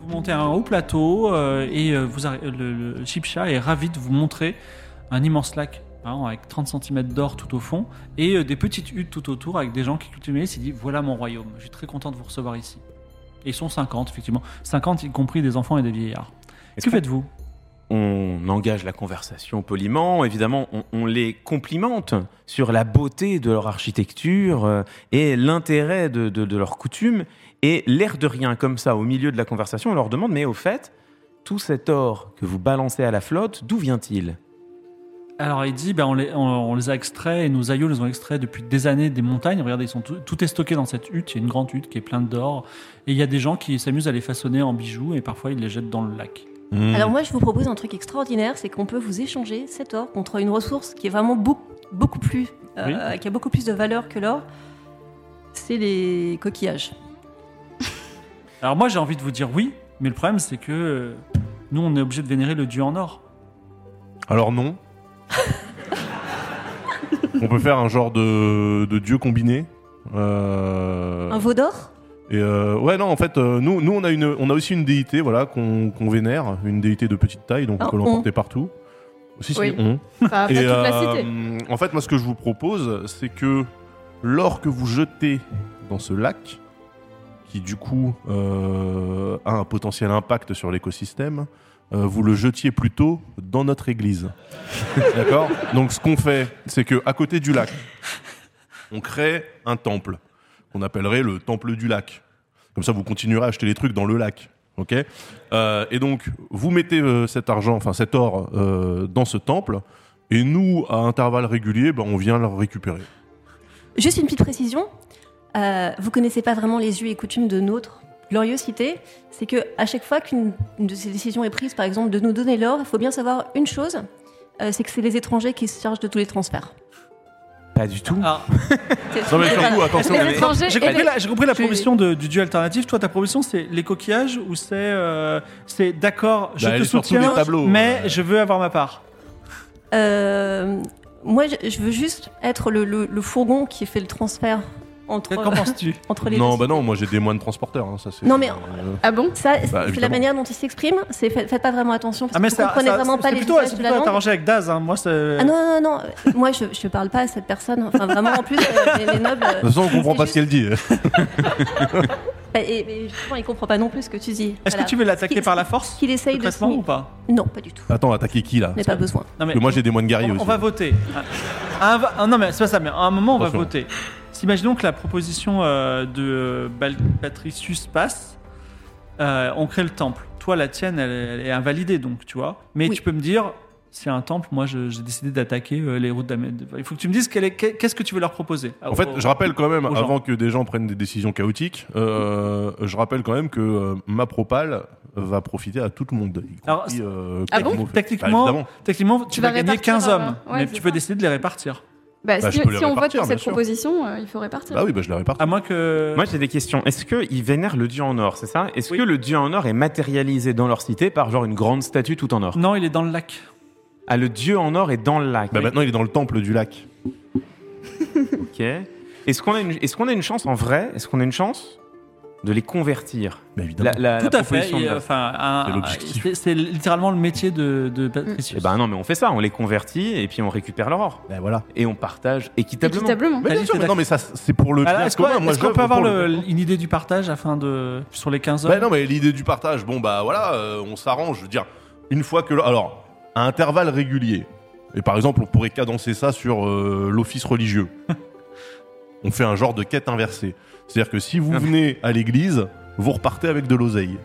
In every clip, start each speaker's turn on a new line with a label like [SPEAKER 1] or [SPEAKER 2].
[SPEAKER 1] Vous montez à un haut plateau euh, et euh, vous arri- le, le Chipcha est ravi de vous montrer un immense lac hein, avec 30 cm d'or tout au fond et euh, des petites huttes tout autour avec des gens qui cultivent le maïs. Il dit Voilà mon royaume, je suis très content de vous recevoir ici. Et ils sont 50, effectivement. 50, y compris des enfants et des vieillards.
[SPEAKER 2] Est-ce
[SPEAKER 1] que
[SPEAKER 2] qu'on-
[SPEAKER 1] faites-vous
[SPEAKER 2] On engage la conversation poliment, évidemment, on, on les complimente sur la beauté de leur architecture euh, et l'intérêt de, de- de leurs coutumes. Et l'air de rien, comme ça, au milieu de la conversation, on leur demande, mais au fait, tout cet or que vous balancez à la flotte, d'où vient-il
[SPEAKER 1] Alors il dit ben, on, les, on, on les a extraits et nos aïeux les ont extraits depuis des années des montagnes. Regardez, ils sont tout, tout est stocké dans cette hutte. Il y a une grande hutte qui est pleine d'or. Et il y a des gens qui s'amusent à les façonner en bijoux et parfois ils les jettent dans le lac.
[SPEAKER 2] Mm.
[SPEAKER 3] Alors moi, je vous propose un truc extraordinaire, c'est qu'on peut vous échanger cet or contre une ressource qui est vraiment beaucoup, beaucoup plus, euh, qui a beaucoup plus de valeur que l'or. C'est les coquillages.
[SPEAKER 1] Alors moi j'ai envie de vous dire oui, mais le problème c'est que euh, nous on est obligé de vénérer le dieu en or.
[SPEAKER 4] Alors non. on peut faire un genre de, de dieu combiné. Euh,
[SPEAKER 3] Un veau d'or
[SPEAKER 4] et euh, ouais non en fait euh, nous nous on a une on a aussi une déité voilà qu'on qu'on vénère une déité de petite taille donc on
[SPEAKER 3] Un
[SPEAKER 4] peut l'emporter partout. Si si
[SPEAKER 5] Oui.
[SPEAKER 4] on.
[SPEAKER 5] Enfin, après
[SPEAKER 4] Et,
[SPEAKER 5] toute la
[SPEAKER 4] euh,
[SPEAKER 5] cité.
[SPEAKER 4] en fait, moi, ce que je vous propose, c'est que l'or que vous jetez dans ce lac, qui du coup euh, a un potentiel impact sur l'écosystème, euh, vous le jetiez plutôt dans notre église. D'accord Donc, ce qu'on fait, c'est que à côté du lac, on crée un temple qu'on appellerait le temple du lac. Comme ça, vous continuerez à acheter les trucs dans le lac. Ok Euh, Et donc, vous mettez euh, cet argent, enfin cet or, euh, dans ce temple. Et nous, à intervalles réguliers, ben, on vient le récupérer.
[SPEAKER 3] Juste une petite précision. Euh, vous connaissez pas vraiment les us et coutumes de notre glorieuse cité. C'est que à chaque fois qu'une une de ces décisions est prise, par exemple, de nous donner l'or, il faut bien savoir une chose. euh, c'est que c'est les étrangers qui se chargent de tous les transferts.
[SPEAKER 2] Pas du tout.
[SPEAKER 1] Alors,
[SPEAKER 4] Non, mais surtout, attention.
[SPEAKER 5] Les étrangers
[SPEAKER 1] Ah. j'ai
[SPEAKER 5] et
[SPEAKER 1] compris,
[SPEAKER 5] les-
[SPEAKER 1] la, j'ai compris la
[SPEAKER 5] Je-
[SPEAKER 1] proposition de- du dieu alternatif. Toi ta proposition c'est les coquillages ou c'est euh, c'est d'accord je
[SPEAKER 4] Bah, elle
[SPEAKER 1] te
[SPEAKER 4] est sur tous les
[SPEAKER 1] soutiens
[SPEAKER 4] tableaux.
[SPEAKER 1] mais je veux avoir ma part.
[SPEAKER 3] Euh, moi, je, je veux juste être le, le- le fourgon qui fait le transfert entre,
[SPEAKER 1] Qu'en penses-tu
[SPEAKER 3] entre les
[SPEAKER 4] Non,
[SPEAKER 3] deux.
[SPEAKER 4] bah non, moi j'ai des moines transporteurs. hein, ça, c'est-
[SPEAKER 3] Non, mais-
[SPEAKER 4] euh,
[SPEAKER 5] Ah bon
[SPEAKER 3] Ça, c'est-
[SPEAKER 4] Bah,
[SPEAKER 3] c'est la
[SPEAKER 4] évidemment.
[SPEAKER 3] manière dont il s'exprime. C'est fait- faites pas vraiment attention parce
[SPEAKER 1] Ah mais
[SPEAKER 3] que vous
[SPEAKER 1] ça,
[SPEAKER 3] comprenez
[SPEAKER 1] ça-
[SPEAKER 3] vraiment
[SPEAKER 1] c'est
[SPEAKER 3] pas les
[SPEAKER 1] plutôt,
[SPEAKER 3] usages
[SPEAKER 1] c'est
[SPEAKER 3] de la
[SPEAKER 1] plutôt à
[SPEAKER 3] langue.
[SPEAKER 1] t'arranger avec Daz. hein. Moi c'est
[SPEAKER 3] Ah non, non, non, non. moi je, je parle pas à cette personne, enfin vraiment, en plus, euh, les, les nobles.
[SPEAKER 4] De toute façon, on comprend pas ce qu'elle dit.
[SPEAKER 3] Et, et- et justement, il comprend pas non plus ce que tu dis.
[SPEAKER 1] Est-ce
[SPEAKER 3] Voilà.
[SPEAKER 1] que tu veux l'attaquer
[SPEAKER 3] Qui-
[SPEAKER 1] par la force
[SPEAKER 3] Qu'il essaye de.
[SPEAKER 1] Concrètement ou pas
[SPEAKER 3] se- Non, pas du tout.
[SPEAKER 4] Attends, attaquer qui là
[SPEAKER 3] N'est pas besoin.
[SPEAKER 1] Non mais
[SPEAKER 4] Parce que moi j'ai des moines guerriers
[SPEAKER 1] on,
[SPEAKER 4] aussi.
[SPEAKER 1] on va voter. À- à un va- ah, non mais c'est pas ça. Mais à un moment on va
[SPEAKER 4] Attention.
[SPEAKER 1] voter. S'imaginons que la proposition euh, de Bal- Patricius passe. euh, on crée le temple. Toi la tienne elle, est- elle est invalidée donc tu vois. Mais
[SPEAKER 3] Oui.
[SPEAKER 1] tu peux me dire c'est un temple. Moi je- j'ai décidé d'attaquer euh, les routes d'Amed. Il faut que tu me dises quelle est- qu'est- qu'est-ce que tu veux leur proposer. euh,
[SPEAKER 4] En fait, je rappelle quand même,
[SPEAKER 1] aux gens.
[SPEAKER 4] avant que des gens prennent des décisions chaotiques, euh, je rappelle quand même que euh, ma propale va profiter à tout le monde. y
[SPEAKER 1] Alors,
[SPEAKER 4] compris, euh,
[SPEAKER 5] Ah bon
[SPEAKER 4] Komo. Bah,
[SPEAKER 1] Techniquement,
[SPEAKER 4] évidemment.
[SPEAKER 1] techniquement, tu,
[SPEAKER 5] Tu
[SPEAKER 1] vas,
[SPEAKER 5] vas
[SPEAKER 1] gagner
[SPEAKER 5] répartir,
[SPEAKER 1] 15
[SPEAKER 5] alors.
[SPEAKER 1] hommes,
[SPEAKER 5] Ouais,
[SPEAKER 1] mais
[SPEAKER 5] c'est
[SPEAKER 1] tu peux
[SPEAKER 5] ça.
[SPEAKER 1] décider de les répartir.
[SPEAKER 5] Bah,
[SPEAKER 4] Bah,
[SPEAKER 5] si,
[SPEAKER 4] je peux les
[SPEAKER 5] si on vote
[SPEAKER 4] répartir,
[SPEAKER 5] pour
[SPEAKER 4] bien
[SPEAKER 5] cette
[SPEAKER 4] sûr.
[SPEAKER 5] proposition, euh, il faut répartir.
[SPEAKER 4] Bah oui, bah, je la répare.
[SPEAKER 1] À moins que.
[SPEAKER 2] Moi j'ai des questions. Est-ce qu'ils vénèrent le dieu en or, c'est ça Est-ce
[SPEAKER 1] Oui.
[SPEAKER 2] que le dieu en or est matérialisé dans leur cité par genre une grande statue tout en or
[SPEAKER 1] Non, il est dans le lac.
[SPEAKER 2] Ah, le dieu en or est dans le lac.
[SPEAKER 4] Bah, maintenant il est dans le temple du lac.
[SPEAKER 2] Ok. Est-ce qu'on a, une- est-ce qu'on a une chance en vrai Est-ce qu'on a une chance de les convertir
[SPEAKER 4] Bah
[SPEAKER 2] La,
[SPEAKER 4] évidemment.
[SPEAKER 2] la- la
[SPEAKER 1] Tout à fait.
[SPEAKER 2] proposition
[SPEAKER 1] et,
[SPEAKER 2] de
[SPEAKER 1] euh,
[SPEAKER 2] la-
[SPEAKER 1] Enfin, un-
[SPEAKER 4] C'est l'objectif.
[SPEAKER 1] c'est- c'est littéralement le métier de, de Patricius.
[SPEAKER 2] Eh ben non, mais on fait ça, on les convertit et puis on récupère leur or.
[SPEAKER 4] Bah voilà.
[SPEAKER 2] Et on partage équitablement.
[SPEAKER 5] Équitablement.
[SPEAKER 4] Mais bien
[SPEAKER 1] Allez,
[SPEAKER 4] sûr,
[SPEAKER 1] c'est
[SPEAKER 4] mais non, mais ça c'est pour le
[SPEAKER 1] Alors,
[SPEAKER 4] bien
[SPEAKER 1] Est-ce qu'on
[SPEAKER 4] commun. Moi,
[SPEAKER 1] est-ce
[SPEAKER 4] je
[SPEAKER 1] qu'on peut
[SPEAKER 4] l'œuvre
[SPEAKER 1] avoir
[SPEAKER 4] pour
[SPEAKER 1] le- une idée du partage afin de sur les 15
[SPEAKER 4] Bah
[SPEAKER 1] hommes
[SPEAKER 4] non, mais l'idée du partage, bon bah voilà, euh, on s'arrange. Je veux dire, une fois que. Alors, à intervalles réguliers, et par exemple, on pourrait cadencer ça sur euh, l'office religieux. on fait un genre de quête inversée. C'est-à-dire que si vous venez à l'église, vous repartez avec de l'oseille.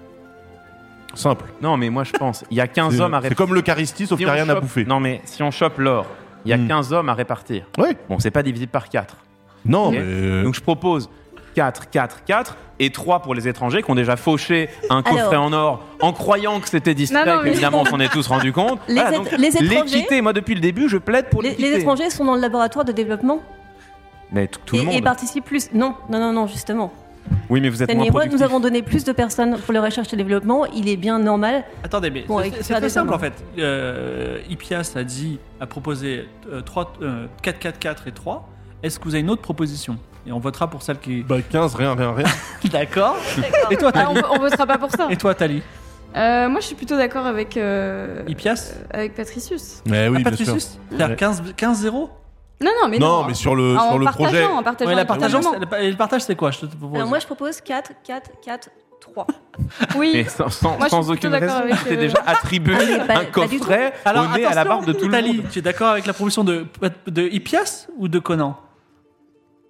[SPEAKER 4] Simple.
[SPEAKER 2] Non, mais moi je pense, il y a 15
[SPEAKER 4] C'est
[SPEAKER 2] hommes à
[SPEAKER 4] c'est
[SPEAKER 2] répartir.
[SPEAKER 4] comme l'Eucharistie, sauf
[SPEAKER 2] Si
[SPEAKER 4] qu'il n'y a
[SPEAKER 2] on
[SPEAKER 4] rien à
[SPEAKER 2] chope-
[SPEAKER 4] bouffer.
[SPEAKER 2] Non, mais si on chope l'or, il y a
[SPEAKER 4] Hmm.
[SPEAKER 2] 15 hommes à répartir.
[SPEAKER 4] Ouais.
[SPEAKER 2] Bon, c'est pas divisible par 4.
[SPEAKER 4] Non,
[SPEAKER 2] Ok.
[SPEAKER 4] mais. euh,
[SPEAKER 2] Donc je propose 4, 4, 4 et 3 pour les étrangers qui ont déjà fauché un
[SPEAKER 3] Alors.
[SPEAKER 2] coffret en or en croyant que c'était distrait,
[SPEAKER 5] Non, non, mais-
[SPEAKER 2] évidemment on s'en est tous rendu compte.
[SPEAKER 3] Les
[SPEAKER 2] Voilà,
[SPEAKER 3] ét-
[SPEAKER 2] donc,
[SPEAKER 3] les étrangers-
[SPEAKER 2] L'équité, moi depuis le début je plaide pour
[SPEAKER 3] Les,
[SPEAKER 2] l'équité.
[SPEAKER 3] les étrangers sont dans le laboratoire de développement
[SPEAKER 2] Mais tout, tout
[SPEAKER 3] et,
[SPEAKER 2] le monde.
[SPEAKER 3] et participent plus. Non, non, non, non, justement.
[SPEAKER 2] Oui, mais vous êtes
[SPEAKER 3] Cette
[SPEAKER 2] moins
[SPEAKER 3] année, moi,
[SPEAKER 2] productifs.
[SPEAKER 3] nous avons donné plus de personnes pour la recherche et le développement. Il est bien normal.
[SPEAKER 1] Attendez, mais
[SPEAKER 3] Bon,
[SPEAKER 1] c'est-
[SPEAKER 3] avec-
[SPEAKER 1] c'est
[SPEAKER 3] faire
[SPEAKER 1] très
[SPEAKER 3] des
[SPEAKER 1] simple en
[SPEAKER 3] serments.
[SPEAKER 1] fait. Euh, Ipias a dit, a proposé euh, trois- euh, 4, 4, 4 et 3. Est-ce que vous avez une autre proposition Et on votera pour celle qui.
[SPEAKER 4] Bah 15, rien, rien,
[SPEAKER 2] Ah,
[SPEAKER 4] rien.
[SPEAKER 1] D'accord. Et toi,
[SPEAKER 5] Ah, on,
[SPEAKER 1] Tali
[SPEAKER 5] on votera pas pour ça.
[SPEAKER 1] Et toi, Tali
[SPEAKER 5] Euh, moi, je suis plutôt d'accord avec, euh,
[SPEAKER 1] Ipias
[SPEAKER 5] avec Patricius.
[SPEAKER 4] Mais oui,
[SPEAKER 1] Ah,
[SPEAKER 4] bien sûr.
[SPEAKER 1] Patricius C'est-à-dire
[SPEAKER 4] Ouais.
[SPEAKER 1] 15 15-0
[SPEAKER 5] Non, non, mais non.
[SPEAKER 4] Non, mais sur le,
[SPEAKER 5] Ah, en
[SPEAKER 4] sur le
[SPEAKER 5] partageant,
[SPEAKER 4] projet.
[SPEAKER 5] En partageant,
[SPEAKER 1] Ouais, la
[SPEAKER 5] avec le
[SPEAKER 1] partageance,
[SPEAKER 5] gouvernement.
[SPEAKER 1] la- et le partage, c'est quoi Je te propose.
[SPEAKER 3] Alors, moi, je propose 4, 4, 4, 3.
[SPEAKER 5] Oui.
[SPEAKER 2] Mais sans, sans-
[SPEAKER 5] Moi, je suis
[SPEAKER 2] sans
[SPEAKER 5] plutôt
[SPEAKER 2] aucune
[SPEAKER 5] d'accord
[SPEAKER 2] raison,
[SPEAKER 5] avec,
[SPEAKER 2] c'était
[SPEAKER 5] euh,
[SPEAKER 2] déjà attribué
[SPEAKER 3] Allez, pas-
[SPEAKER 2] un
[SPEAKER 3] pas du tout.
[SPEAKER 2] coffret
[SPEAKER 1] Alors,
[SPEAKER 2] au nez à la
[SPEAKER 1] attention,
[SPEAKER 2] barbe de tout le
[SPEAKER 1] Tali,
[SPEAKER 2] monde.
[SPEAKER 1] tu es d'accord avec la proposition de, de Ipias ou de Conan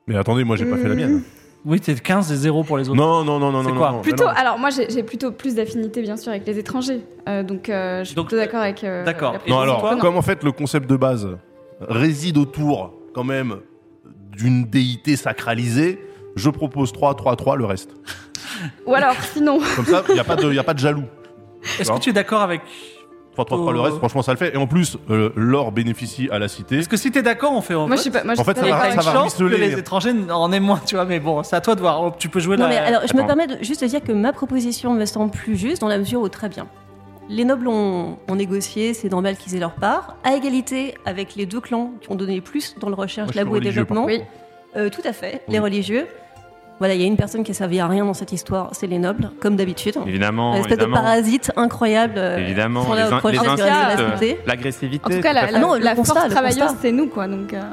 [SPEAKER 4] Mais attendez, moi j'ai pas fait la
[SPEAKER 5] Mm.
[SPEAKER 4] mienne.
[SPEAKER 1] Oui, c'est 15 et 0 pour les autres.
[SPEAKER 4] Non, non, non, non,
[SPEAKER 1] C'est
[SPEAKER 4] non.
[SPEAKER 1] quoi
[SPEAKER 4] non,
[SPEAKER 5] Plutôt,
[SPEAKER 4] non.
[SPEAKER 5] alors moi j'ai j'ai plutôt plus d'affinité bien sûr avec les étrangers, Euh, donc euh, je suis
[SPEAKER 1] Donc,
[SPEAKER 5] plutôt d'accord avec. euh,
[SPEAKER 1] d'accord.
[SPEAKER 5] la
[SPEAKER 1] Non,
[SPEAKER 4] Non,
[SPEAKER 5] proposition
[SPEAKER 4] alors,
[SPEAKER 5] de Conan.
[SPEAKER 4] Ah, comme en fait le concept de base réside autour, quand même, d'une déité sacralisée, je propose 3, 3, 3, le reste.
[SPEAKER 5] Ou alors sinon,
[SPEAKER 4] Comme ça, il n'y a, pas de- y a pas de jaloux.
[SPEAKER 1] Est-ce que tu es d'accord avec.
[SPEAKER 4] 3, 3, 3, le reste, franchement, ça le fait. Et en plus, euh, l'or bénéficie à la cité.
[SPEAKER 1] Est-ce que si tu es d'accord, on fait.
[SPEAKER 5] moi je suis pas. Moi, je
[SPEAKER 4] En
[SPEAKER 5] suis
[SPEAKER 4] fait,
[SPEAKER 5] pas
[SPEAKER 4] ça
[SPEAKER 1] Il y a
[SPEAKER 4] va-
[SPEAKER 5] d'accord
[SPEAKER 1] quand
[SPEAKER 5] avec-
[SPEAKER 1] même
[SPEAKER 4] ça va
[SPEAKER 1] chance que
[SPEAKER 4] ruisseler.
[SPEAKER 1] les étrangers en aient moins, tu vois, mais bon, c'est à toi de voir. Oh, Tu peux jouer
[SPEAKER 3] Non,
[SPEAKER 1] la-
[SPEAKER 3] mais alors, je me
[SPEAKER 2] Attends.
[SPEAKER 3] permets de, juste de dire que ma proposition me semble plus juste dans la mesure où, très bien, les nobles ont, ont négocié, c'est normal qu'ils aient leur part, à égalité avec les deux clans qui ont donné plus dans le recherche,
[SPEAKER 4] Moi, je suis
[SPEAKER 3] labo et
[SPEAKER 4] religieux, par
[SPEAKER 3] développement.
[SPEAKER 5] contre.
[SPEAKER 3] Euh, tout à fait, les religieux. Voilà, il y a une personne qui a servi à rien dans cette histoire, c'est les nobles, comme d'habitude.
[SPEAKER 2] Évidemment,
[SPEAKER 3] Une espèce de
[SPEAKER 2] évidemment.
[SPEAKER 3] parasite incroyable. euh, qui
[SPEAKER 2] Évidemment,
[SPEAKER 3] sont
[SPEAKER 2] les,
[SPEAKER 3] là au
[SPEAKER 2] in-
[SPEAKER 3] prochain
[SPEAKER 2] les
[SPEAKER 3] service de
[SPEAKER 5] insultes,
[SPEAKER 3] la
[SPEAKER 2] insultes,
[SPEAKER 3] cité.
[SPEAKER 2] euh, l'agressivité.
[SPEAKER 5] En tout cas,
[SPEAKER 2] tout à
[SPEAKER 5] la,
[SPEAKER 2] fait.
[SPEAKER 5] la-
[SPEAKER 3] Ah non, le
[SPEAKER 5] la
[SPEAKER 3] constat,
[SPEAKER 5] force
[SPEAKER 3] le
[SPEAKER 5] travailleuse,
[SPEAKER 3] constat.
[SPEAKER 5] c'est nous quoi. Donc, euh,
[SPEAKER 2] Non,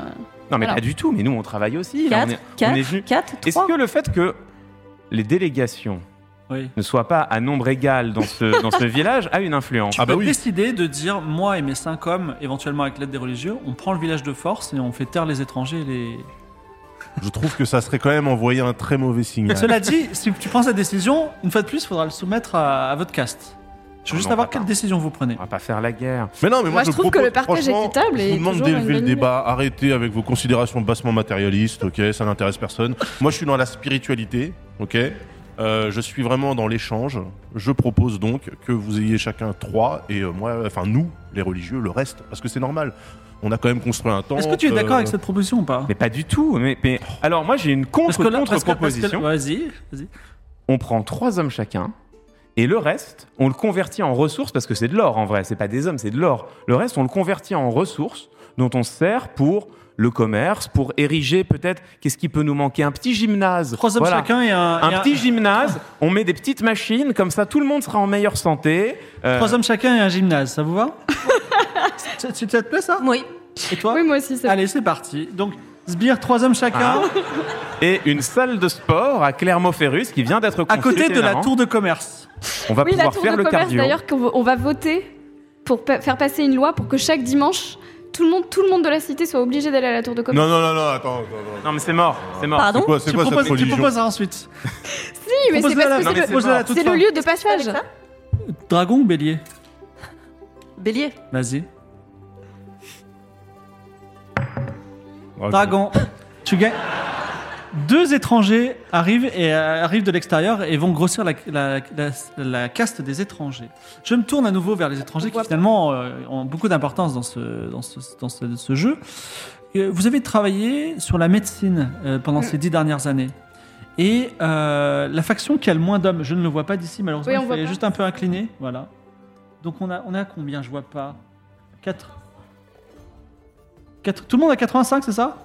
[SPEAKER 2] mais
[SPEAKER 5] Voilà.
[SPEAKER 2] pas du tout, mais nous on travaille aussi. là, on
[SPEAKER 3] 4,
[SPEAKER 2] est- on est
[SPEAKER 3] 4,
[SPEAKER 2] venu-
[SPEAKER 3] 4,
[SPEAKER 2] Est-ce
[SPEAKER 3] 3.
[SPEAKER 2] que le fait que les délégations
[SPEAKER 1] Oui.
[SPEAKER 2] ne soient pas à nombre égal dans ce, dans ce village a une influence
[SPEAKER 1] Tu
[SPEAKER 4] Ah bah
[SPEAKER 1] peux
[SPEAKER 4] oui.
[SPEAKER 1] décider de dire, moi et mes cinq hommes, éventuellement avec l'aide des religieux, on prend le village de force et on fait taire les étrangers. et Les...
[SPEAKER 4] Je trouve que ça serait quand même envoyer un très mauvais signal.
[SPEAKER 1] Cela dit, si tu prends cette décision, une fois de plus, il faudra le soumettre à, à votre cast. Je
[SPEAKER 2] Ah
[SPEAKER 1] veux juste
[SPEAKER 2] non,
[SPEAKER 1] savoir
[SPEAKER 2] pas
[SPEAKER 1] quelle
[SPEAKER 2] tard.
[SPEAKER 1] décision vous prenez.
[SPEAKER 2] On va pas faire la guerre.
[SPEAKER 4] Mais non, mais moi,
[SPEAKER 5] Moi, je trouve que
[SPEAKER 4] propose-
[SPEAKER 5] le partage
[SPEAKER 4] franchement,
[SPEAKER 5] équitable
[SPEAKER 4] Je
[SPEAKER 5] est
[SPEAKER 4] vous demande
[SPEAKER 5] toujours
[SPEAKER 4] d'élever
[SPEAKER 5] une
[SPEAKER 4] le
[SPEAKER 5] bonne
[SPEAKER 4] débat, arrêtez avec vos considérations bassement matérialistes, ok Ça n'intéresse personne. Moi, je suis dans la spiritualité, ok Euh, Je suis vraiment dans l'échange. Je propose donc que vous ayez chacun trois, et euh, moi, enfin, nous, les religieux, le reste, parce que c'est normal. On a quand même construit un temps.
[SPEAKER 1] Est-ce que tu es d'accord
[SPEAKER 4] euh,
[SPEAKER 1] avec cette proposition ou pas
[SPEAKER 2] Mais pas du tout. Mais, mais- Alors moi j'ai une
[SPEAKER 1] Parce que là- parce que-
[SPEAKER 2] contre-contre-proposition.
[SPEAKER 1] parce que- Vas-y, vas-y.
[SPEAKER 2] on prend trois hommes chacun, et le reste, on le convertit en ressources, parce que c'est de l'or en vrai, c'est pas des hommes, c'est de l'or. Le reste, on le convertit en ressources dont on se sert pour le commerce, pour ériger peut-être, qu'est-ce qui peut nous manquer Un petit gymnase.
[SPEAKER 1] Trois hommes
[SPEAKER 2] Voilà.
[SPEAKER 1] chacun et un. et
[SPEAKER 2] Un petit gymnase, on met des petites machines, comme ça tout le monde sera en meilleure santé. Euh,
[SPEAKER 1] Trois hommes chacun et un gymnase, ça vous va ça, ça te plaît ça
[SPEAKER 3] Oui.
[SPEAKER 1] Et toi
[SPEAKER 5] oui, moi aussi. c'est-
[SPEAKER 1] Allez, c'est parti. Donc, sbire, trois hommes chacun,
[SPEAKER 2] Et une salle de sport à Clermont-Ferrus qui vient d'être
[SPEAKER 1] à côté
[SPEAKER 2] construite,
[SPEAKER 1] de la
[SPEAKER 2] Ah, évidemment.
[SPEAKER 1] tour de commerce.
[SPEAKER 2] On va
[SPEAKER 5] oui, la
[SPEAKER 2] pouvoir
[SPEAKER 5] tour
[SPEAKER 2] faire
[SPEAKER 5] de
[SPEAKER 2] le
[SPEAKER 5] commerce
[SPEAKER 2] cardio.
[SPEAKER 5] d'ailleurs qu'on va- on va voter pour pa- faire passer une loi pour que chaque dimanche tout le monde, tout le monde de la cité soit obligé d'aller à la tour de commerce.
[SPEAKER 4] Non, non, non, non, attends. attends, attends.
[SPEAKER 2] Non mais c'est mort, c'est mort.
[SPEAKER 3] Pardon
[SPEAKER 4] C'est quoi, c'est
[SPEAKER 1] Tu
[SPEAKER 4] quoi cette
[SPEAKER 1] proposes, tu
[SPEAKER 4] religion
[SPEAKER 1] proposeras ensuite.
[SPEAKER 5] Oui, mais c'est
[SPEAKER 1] Propose-le à la-
[SPEAKER 5] parce
[SPEAKER 2] non, mais
[SPEAKER 5] que c'est le-
[SPEAKER 1] propose-le à la toute
[SPEAKER 5] c'est le
[SPEAKER 1] fin.
[SPEAKER 5] lieu de passage.
[SPEAKER 1] Dragon ou bélier
[SPEAKER 3] Bélier.
[SPEAKER 1] Vas-y.
[SPEAKER 4] Ah,
[SPEAKER 1] Dragon. tu gagnes. Deux étrangers arrivent, et, euh, arrivent de l'extérieur et vont grossir la, la- la- la caste des étrangers. Je me tourne à nouveau vers les étrangers qui finalement euh, ont beaucoup d'importance dans ce, dans ce, dans ce- ce jeu. Euh, Vous avez travaillé sur la médecine euh, pendant ces dix dernières années. Et euh, la faction qui a le moins d'hommes, je ne le vois pas d'ici malheureusement,
[SPEAKER 5] Oui, on
[SPEAKER 1] il
[SPEAKER 5] voit
[SPEAKER 1] fallait
[SPEAKER 5] pas.
[SPEAKER 1] juste un peu incliné. Voilà. Donc on a, on a combien Je vois pas. 4. Quatre- Tout le monde à 85, c'est ça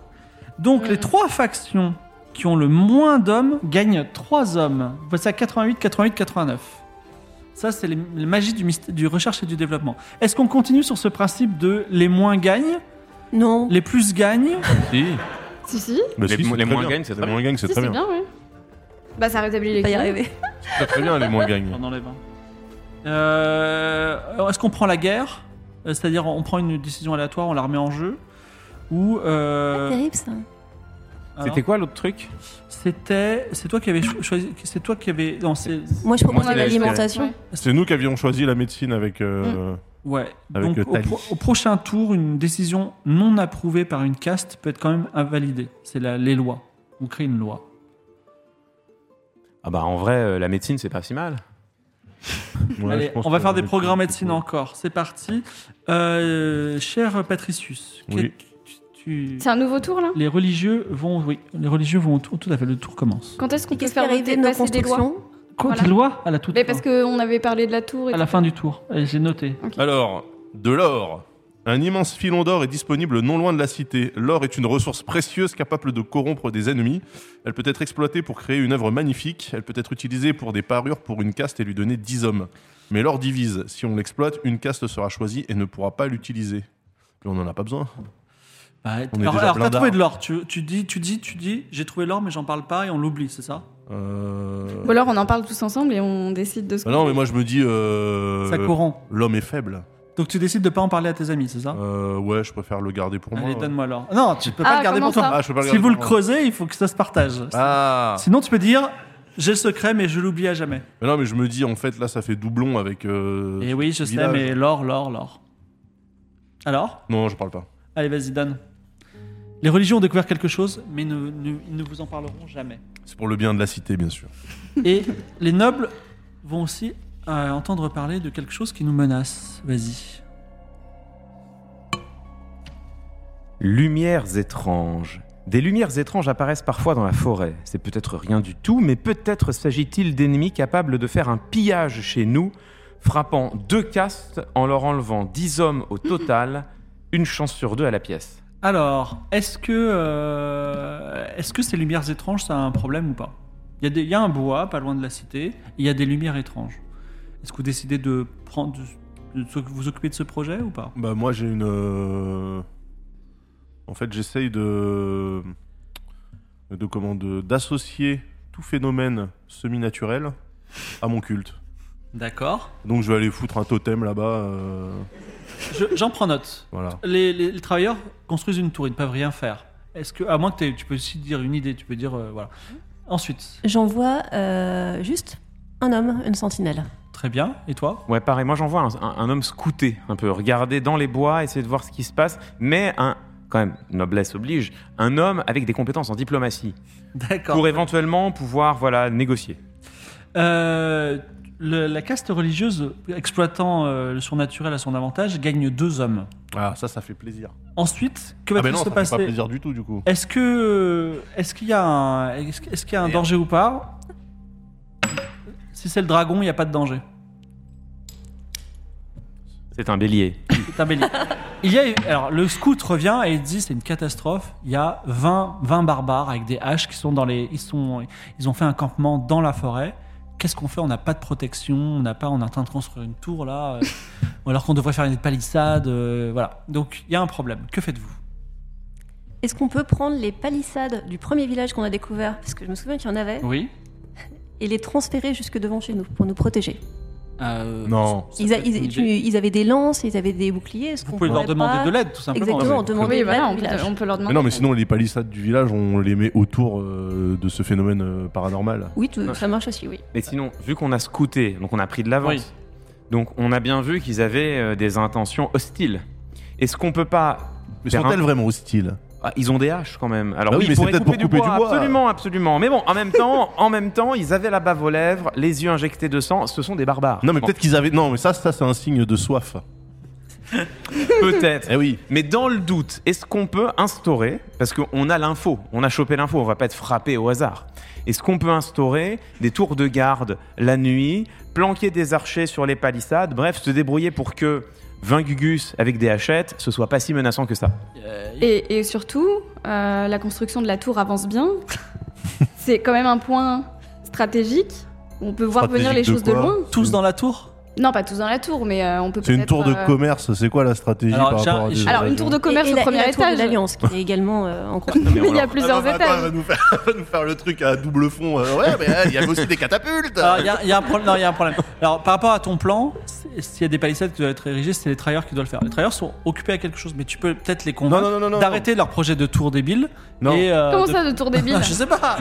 [SPEAKER 1] Donc les trois factions qui ont le moins d'hommes gagnent 3 hommes. Vous passez à 88, 88, 89. Ça, c'est les, les magies du, myst- du recherche et du développement. Est-ce qu'on continue sur ce principe de les moins gagnent,
[SPEAKER 3] Non.
[SPEAKER 1] les plus gagnent
[SPEAKER 2] Si.
[SPEAKER 5] Si, si,
[SPEAKER 4] Bah
[SPEAKER 2] Les-
[SPEAKER 4] si, c'est
[SPEAKER 2] les
[SPEAKER 4] très
[SPEAKER 2] moins
[SPEAKER 4] bien.
[SPEAKER 2] gagnent, c'est
[SPEAKER 4] Les
[SPEAKER 2] très
[SPEAKER 4] moins gagnent, c'est
[SPEAKER 5] si,
[SPEAKER 4] très
[SPEAKER 5] c'est
[SPEAKER 4] bien.
[SPEAKER 5] bien, oui. Bah ça rétablit les
[SPEAKER 3] Pas y
[SPEAKER 5] comptes.
[SPEAKER 3] arriver.
[SPEAKER 4] C'est très bien, les moins gagnent.
[SPEAKER 1] On enlève un. Euh, Est-ce qu'on prend la guerre Euh,
[SPEAKER 3] Ah,
[SPEAKER 1] C'est-à-dire, on prend une décision aléatoire, on la remet en jeu Ou. euh,
[SPEAKER 3] Terrible ça.
[SPEAKER 1] Alors,
[SPEAKER 2] C'était quoi l'autre truc
[SPEAKER 1] C'était. C'est toi qui avais cho- choisi. C'est toi qui avais. Non, c'est.
[SPEAKER 3] Moi, je propose
[SPEAKER 5] Moi,
[SPEAKER 3] de
[SPEAKER 5] c'est la
[SPEAKER 3] l'alimentation.
[SPEAKER 5] Ouais.
[SPEAKER 4] C'est nous qui avions choisi la médecine avec.
[SPEAKER 5] Mm.
[SPEAKER 4] euh,
[SPEAKER 1] Ouais.
[SPEAKER 4] Avec
[SPEAKER 1] Donc,
[SPEAKER 4] le
[SPEAKER 1] au,
[SPEAKER 4] Tali.
[SPEAKER 1] pro- au prochain tour, une décision non approuvée par une caste peut être quand même invalidée. C'est la- les lois. On crée une loi.
[SPEAKER 2] Ah bah en vrai, euh, la médecine, c'est pas si mal.
[SPEAKER 4] ouais,
[SPEAKER 1] Allez,
[SPEAKER 4] je pense
[SPEAKER 1] on va
[SPEAKER 4] que
[SPEAKER 1] faire des
[SPEAKER 4] la
[SPEAKER 1] programmes
[SPEAKER 4] médecine,
[SPEAKER 1] médecine encore. C'est parti. Euh, cher Patricius,
[SPEAKER 4] Oui.
[SPEAKER 1] que- tu- tu-
[SPEAKER 5] C'est un nouveau tour là
[SPEAKER 1] les religieux vont. Oui, les religieux vont au tour. Tout à fait, le tour commence.
[SPEAKER 5] Quand est-ce qu'on peut
[SPEAKER 3] Qu'est-ce qui est
[SPEAKER 5] faire
[SPEAKER 3] arrivé
[SPEAKER 5] voter-
[SPEAKER 3] de nos
[SPEAKER 5] passer des lois
[SPEAKER 3] constructions
[SPEAKER 1] Quoi
[SPEAKER 5] Voilà.
[SPEAKER 1] Des lois à la toute
[SPEAKER 5] Mais
[SPEAKER 1] fin.
[SPEAKER 5] parce qu'on avait parlé de la tour
[SPEAKER 4] Ah,
[SPEAKER 5] et
[SPEAKER 1] À la fin du tour. Et J'ai noté.
[SPEAKER 4] Alors, de l'or. Un immense filon d'or est disponible non loin de la cité. L'or est une ressource précieuse capable de corrompre des ennemis. Elle peut être exploitée pour créer une œuvre magnifique. Elle peut être utilisée pour des parures pour une caste et lui donner 10 hommes. Mais l'or divise. Si on l'exploite, une caste sera choisie et ne pourra pas l'utiliser. Mais on n'en a pas besoin.
[SPEAKER 1] Bah,
[SPEAKER 4] On est
[SPEAKER 1] alors,
[SPEAKER 4] déjà
[SPEAKER 1] alors,
[SPEAKER 4] plein
[SPEAKER 1] t'as trouvé
[SPEAKER 4] d'art.
[SPEAKER 1] de l'or. Tu, tu dis, tu dis, tu dis, j'ai trouvé l'or, mais j'en parle pas et on l'oublie, c'est ça
[SPEAKER 4] Euh...
[SPEAKER 5] Ou alors on en parle tous ensemble et on décide de ce
[SPEAKER 4] Ah
[SPEAKER 5] qu'on
[SPEAKER 4] Non, mais moi je me dis. euh,
[SPEAKER 1] Ça corrompt.
[SPEAKER 4] L'homme est faible.
[SPEAKER 1] Donc tu décides de pas en parler à tes amis, c'est ça
[SPEAKER 4] Euh, ouais, je préfère le garder pour
[SPEAKER 1] Allez,
[SPEAKER 4] moi. ouais.
[SPEAKER 1] donne-moi l'or. Non, tu peux pas
[SPEAKER 5] Ah,
[SPEAKER 1] le garder pour
[SPEAKER 5] comment
[SPEAKER 1] toi.
[SPEAKER 5] ça
[SPEAKER 4] Ah, je peux pas le
[SPEAKER 1] Si
[SPEAKER 4] garder
[SPEAKER 1] vous le
[SPEAKER 4] pour moi.
[SPEAKER 1] creusez, il faut que ça se partage.
[SPEAKER 4] Ah
[SPEAKER 1] Sinon, tu peux dire, j'ai le secret, mais je l'oublie à jamais.
[SPEAKER 4] Mais non, mais je me dis, en fait, là, ça fait doublon avec. euh,
[SPEAKER 1] Et Eh oui, je sais,
[SPEAKER 4] village.
[SPEAKER 1] mais l'or, l'or, l'or. Alors
[SPEAKER 4] Non, je parle pas.
[SPEAKER 1] Allez, vas-y, donne. Les religions ont découvert quelque chose, mais ne- ne- ils ne vous en parleront jamais.
[SPEAKER 4] C'est pour le bien de la cité, bien sûr.
[SPEAKER 1] Et les nobles vont aussi euh, entendre parler de quelque chose qui nous menace. Vas-y.
[SPEAKER 2] Lumières étranges. Des lumières étranges apparaissent parfois dans la forêt. C'est peut-être rien du tout, mais peut-être s'agit-il d'ennemis capables de faire un pillage chez nous, frappant deux castes en leur enlevant dix hommes au total, une chance sur deux à la pièce.
[SPEAKER 1] Alors, est-ce que, euh, est-ce que ces lumières étranges, ça a un problème ou pas il y, a des- il y a un bois pas loin de la cité, et il y a des lumières étranges. Est-ce que vous décidez de, prendre, de, de vous occuper de ce projet ou pas
[SPEAKER 4] Bah, moi, j'ai une. euh, En fait, j'essaye de. de comment de- D'associer tout phénomène semi-naturel à mon culte.
[SPEAKER 1] D'accord.
[SPEAKER 4] Donc, je vais aller foutre un totem là-bas. euh,
[SPEAKER 1] Je- J'en prends note.
[SPEAKER 4] Voilà.
[SPEAKER 1] Les, les- les travailleurs construisent une tour, ils ne peuvent rien faire. Est-ce que, à moins que t'aies- tu peux aussi dire une idée, tu peux dire euh, voilà. Ensuite,
[SPEAKER 3] J'envoie euh, juste un homme, une sentinelle.
[SPEAKER 1] très bien. Et toi
[SPEAKER 2] Ouais, pareil, moi j'en vois un, un- un homme scouter un peu, regarder dans les bois, essayer de voir ce qui se passe, mais un, quand même, noblesse oblige, un homme avec des compétences en diplomatie,
[SPEAKER 1] D'accord.
[SPEAKER 2] pour éventuellement pouvoir, voilà, négocier.
[SPEAKER 1] Euh, le- la caste religieuse exploitant euh, le surnaturel à son avantage gagne deux hommes.
[SPEAKER 4] Ah, ça, ça fait plaisir.
[SPEAKER 1] Ensuite, que
[SPEAKER 4] Ah,
[SPEAKER 1] va-t-il
[SPEAKER 4] mais non,
[SPEAKER 1] se
[SPEAKER 4] ça fait pas
[SPEAKER 1] passer
[SPEAKER 4] plaisir du tout, du coup.
[SPEAKER 1] Est-ce que euh, est-ce qu'il y a un est-ce que- est-ce qu'il y a un
[SPEAKER 4] Merde.
[SPEAKER 1] danger ou pas Si c'est le dragon, il n'y a pas de danger.
[SPEAKER 2] C'est un bélier.
[SPEAKER 1] C'est un bélier. Il y a, alors, le scout revient et il dit c'est une catastrophe. Il y a 20, 20 barbares avec des haches qui sont dans les. Ils, sont, ils ont fait un campement dans la forêt. Qu'est-ce qu'on fait On n'a pas de protection. On n'a pas. On est en train de construire une tour là. euh, ou alors qu'on devrait faire une palissade. euh, voilà. Donc il y a un problème. Que faites-vous
[SPEAKER 3] Est-ce qu'on peut prendre les palissades du premier village qu'on a découvert, parce que je me souviens qu'il y en avait,
[SPEAKER 1] Oui.
[SPEAKER 3] et les transférer jusque devant chez nous pour nous protéger
[SPEAKER 1] Eh,
[SPEAKER 4] Non.
[SPEAKER 3] ils, a- ils- tu- ils avaient des lances, ils avaient des boucliers. est-ce
[SPEAKER 1] Vous
[SPEAKER 3] qu'on
[SPEAKER 1] pouvez leur
[SPEAKER 3] pourrait pas-
[SPEAKER 1] demander de l'aide hein, tout simplement.
[SPEAKER 3] Exactement,
[SPEAKER 4] Ouais,
[SPEAKER 3] demander
[SPEAKER 5] Oui,
[SPEAKER 3] de l'aide au
[SPEAKER 5] voilà, on peut,
[SPEAKER 3] village.
[SPEAKER 5] on peut leur
[SPEAKER 4] Mais
[SPEAKER 5] demander.
[SPEAKER 4] non, mais sinon, les palissades du village, on les met autour euh, de ce phénomène euh, paranormal.
[SPEAKER 3] Oui, tout-
[SPEAKER 2] Ouais.
[SPEAKER 3] ça marche aussi, oui.
[SPEAKER 2] Mais sinon, vu qu'on a scouté, donc on a pris de l'avance,
[SPEAKER 1] Oui.
[SPEAKER 2] donc on a bien vu qu'ils avaient euh, des intentions hostiles. Est-ce qu'on peut pas.
[SPEAKER 4] Mais
[SPEAKER 2] faire
[SPEAKER 4] sont-elles
[SPEAKER 2] un-
[SPEAKER 4] vraiment hostiles
[SPEAKER 2] Ah, Ils ont des haches quand même. Alors
[SPEAKER 4] Bah
[SPEAKER 2] oui,
[SPEAKER 4] oui, mais
[SPEAKER 2] ils
[SPEAKER 4] c'est
[SPEAKER 2] pourraient
[SPEAKER 4] peut-être
[SPEAKER 2] couper, du,
[SPEAKER 4] pour couper
[SPEAKER 2] bois,
[SPEAKER 4] du bois.
[SPEAKER 2] Absolument, absolument. Mais bon, en même temps, en même temps, ils avaient la bave aux lèvres, les yeux injectés de sang. Ce sont des barbares.
[SPEAKER 4] Non, mais
[SPEAKER 2] Bon,
[SPEAKER 4] peut-être qu'ils avaient. Non, mais ça, ça c'est un signe de soif.
[SPEAKER 2] peut-être.
[SPEAKER 4] Eh oui.
[SPEAKER 2] Mais dans le doute, est-ce qu'on peut instaurer, parce qu'on a l'info, on a chopé l'info, on va pas être frappé au hasard, est-ce qu'on peut instaurer des tours de garde la nuit, planquer des archers sur les palissades, bref, se débrouiller pour que 20 gugus avec des hachettes, ce soit pas si menaçant que ça
[SPEAKER 1] euh,
[SPEAKER 5] Et, et surtout, euh, la construction de la tour avance bien. C'est quand même un point stratégique. On peut voir venir les
[SPEAKER 4] Stratégique de
[SPEAKER 5] choses de,
[SPEAKER 4] quoi
[SPEAKER 5] loin.
[SPEAKER 1] Tous dans la tour
[SPEAKER 5] Non, pas tous dans la tour, mais euh, on peut
[SPEAKER 4] C'est une
[SPEAKER 5] peut-être,
[SPEAKER 4] tour de
[SPEAKER 5] euh,
[SPEAKER 4] commerce, c'est quoi la stratégie
[SPEAKER 1] Alors,
[SPEAKER 4] par
[SPEAKER 1] j'ai-
[SPEAKER 4] rapport à des
[SPEAKER 1] j'ai-
[SPEAKER 5] Alors, une tour de commerce
[SPEAKER 3] et, et
[SPEAKER 5] au
[SPEAKER 3] la,
[SPEAKER 5] premier
[SPEAKER 3] et la tour de
[SPEAKER 5] étage.
[SPEAKER 3] l'Alliance, qui est également euh, en construction.
[SPEAKER 2] Mais on
[SPEAKER 5] Il y a
[SPEAKER 2] leur-
[SPEAKER 4] Ah
[SPEAKER 5] plusieurs étages.
[SPEAKER 4] nous faire, le truc à double euh, fond. ouais, mais il y a aussi des catapultes.
[SPEAKER 1] Alors, il y, a- il y a un pro- non, il y a un problème. Alors, par rapport à ton plan, c'est- s'il y a des palissades qui doivent être érigées, c'est les travailleurs qui doivent le faire. Les travailleurs sont occupés à quelque chose, mais tu peux peut-être les
[SPEAKER 4] Non,
[SPEAKER 1] convaincre
[SPEAKER 4] non, non, non.
[SPEAKER 1] d'arrêter leur projet de tour débile.
[SPEAKER 4] Non.
[SPEAKER 1] Et, euh,
[SPEAKER 5] Comment
[SPEAKER 1] de-
[SPEAKER 5] ça, de tour débile
[SPEAKER 4] Ah,
[SPEAKER 1] Je sais pas.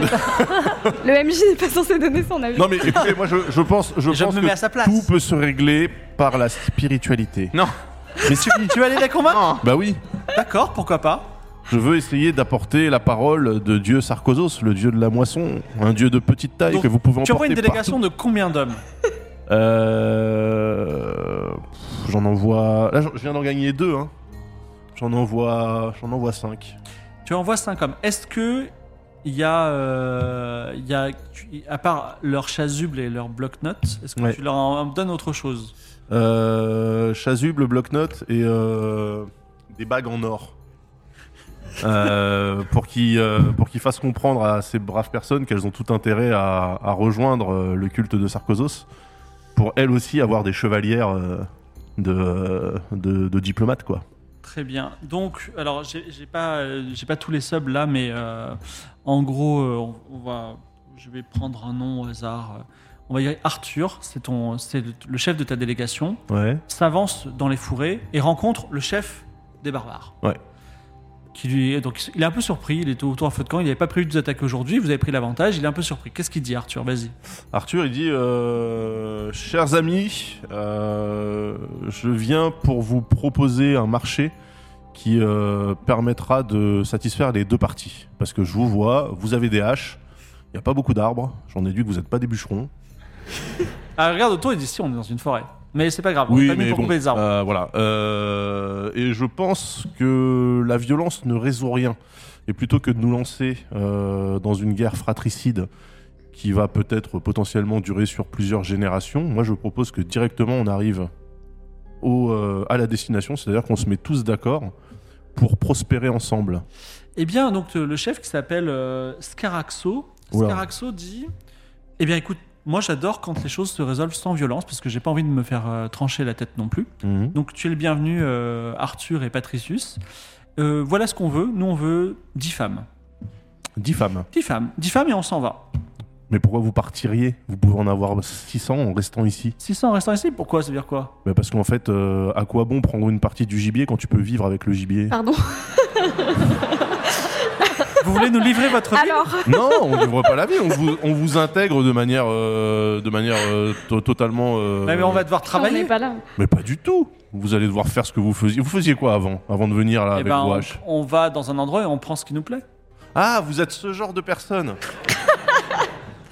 [SPEAKER 5] Le MJ n'est pas censé donner son avis.
[SPEAKER 4] Non, mais écoutez, moi, je, je pense, je
[SPEAKER 1] Je
[SPEAKER 4] pense
[SPEAKER 1] me
[SPEAKER 4] que
[SPEAKER 1] mets à sa place.
[SPEAKER 4] tout peut se régler par la spiritualité.
[SPEAKER 2] Non.
[SPEAKER 4] Mais si,
[SPEAKER 1] Tu vas aller la convaincre
[SPEAKER 4] bah oui.
[SPEAKER 1] D'accord, pourquoi pas
[SPEAKER 4] Je veux essayer d'apporter la parole de Dieu Sarkozos, le dieu de la moisson, un dieu de petite taille
[SPEAKER 1] Donc,
[SPEAKER 4] que vous pouvez emporter
[SPEAKER 1] Tu envoies une délégation
[SPEAKER 4] partout.
[SPEAKER 1] de combien d'hommes
[SPEAKER 4] Euh, pff, J'en envoie. Là, j'en- je viens d'en gagner deux. Hein. J'en envoie, j'en envoie cinq.
[SPEAKER 1] Tu envoies 5 hommes. Est-ce que il y a, euh, il y a tu- à part leur chasuble et leur bloc-notes, est-ce que
[SPEAKER 4] Ouais.
[SPEAKER 1] tu leur en donnes autre chose
[SPEAKER 4] Euh, chasuble, bloc-notes et euh, des bagues en or. Euh, pour qu'ils euh, pour qu'ils fassent comprendre à ces braves personnes qu'elles ont tout intérêt à, à rejoindre euh, le culte de Sarkozos pour elles aussi avoir des chevalières euh, de, euh, de, de diplomates quoi.
[SPEAKER 1] Très bien. Donc, alors, j'ai j'ai pas, euh, j'ai pas tous les subs là, mais euh, en gros, euh, on, on va, je vais prendre un nom au hasard. On va y aller Arthur, c'est ton, c'est le- le chef de ta délégation.
[SPEAKER 4] Ouais.
[SPEAKER 1] s'avance dans les fourrés et rencontre le chef des barbares.
[SPEAKER 4] Ouais.
[SPEAKER 1] Qui lui est, donc, il est un peu surpris, il était autour à feu de camp, il n'avait pas prévu de vous attaquer aujourd'hui, vous avez pris l'avantage, il est un peu surpris. Qu'est-ce qu'il dit Arthur Vas-y.
[SPEAKER 4] Arthur, il dit euh, Chers amis, euh, je viens pour vous proposer un marché qui euh, permettra de satisfaire les deux parties. Parce que je vous vois, vous avez des haches, il n'y a pas beaucoup d'arbres, j'en ai dû que vous n'êtes pas des bûcherons.
[SPEAKER 1] Ah, regarde autour, il dit si, on est dans une forêt. Mais c'est pas grave, on est pas mis pour
[SPEAKER 4] bon,
[SPEAKER 1] couper les arbres.
[SPEAKER 4] euh, voilà. Euh, et je pense que la violence ne résout rien. Et plutôt que de nous lancer euh, dans une guerre fratricide qui va peut-être potentiellement durer sur plusieurs générations, moi je propose que directement on arrive au, euh, à la destination, c'est-à-dire qu'on se met tous d'accord pour prospérer ensemble.
[SPEAKER 1] Eh bien, donc euh, le chef qui s'appelle euh, Scaraxo,
[SPEAKER 4] Oula.
[SPEAKER 1] Scaraxo dit Eh bien, écoute, moi j'adore quand les choses se résolvent sans violence parce que j'ai pas envie de me faire euh, trancher la tête non plus. Donc tu es le bienvenu, euh, Arthur et Patricius. Euh, voilà ce qu'on veut. Nous, on veut 10 femmes.
[SPEAKER 4] Dix femmes.
[SPEAKER 1] 10 femmes. 10 femmes et on s'en va.
[SPEAKER 4] Mais pourquoi vous partiriez Vous pouvez en avoir 600 en restant ici.
[SPEAKER 1] 600 en restant ici, pourquoi Ça veut dire quoi
[SPEAKER 4] Bah, parce qu'en fait, euh, à quoi bon prendre une partie du gibier quand tu peux vivre avec le gibier
[SPEAKER 5] Pardon.
[SPEAKER 1] Vous voulez nous livrer votre ville
[SPEAKER 5] Alors,
[SPEAKER 4] Non, on ne voit pas la vie. On vous, on vous intègre de manière, euh, de manière euh, to- totalement. euh,
[SPEAKER 1] Ouais, mais Eh ben, on va devoir
[SPEAKER 5] on
[SPEAKER 1] travailler.
[SPEAKER 5] n'est pas là.
[SPEAKER 4] mais pas du tout. Vous allez devoir faire ce que vous faisiez. Vous faisiez quoi avant, avant de venir là
[SPEAKER 1] Eh
[SPEAKER 4] avec
[SPEAKER 1] ben,
[SPEAKER 4] vos
[SPEAKER 1] on,
[SPEAKER 4] haches
[SPEAKER 1] on va dans un endroit et on prend ce qui nous plaît.
[SPEAKER 4] Ah, vous êtes ce genre de personne.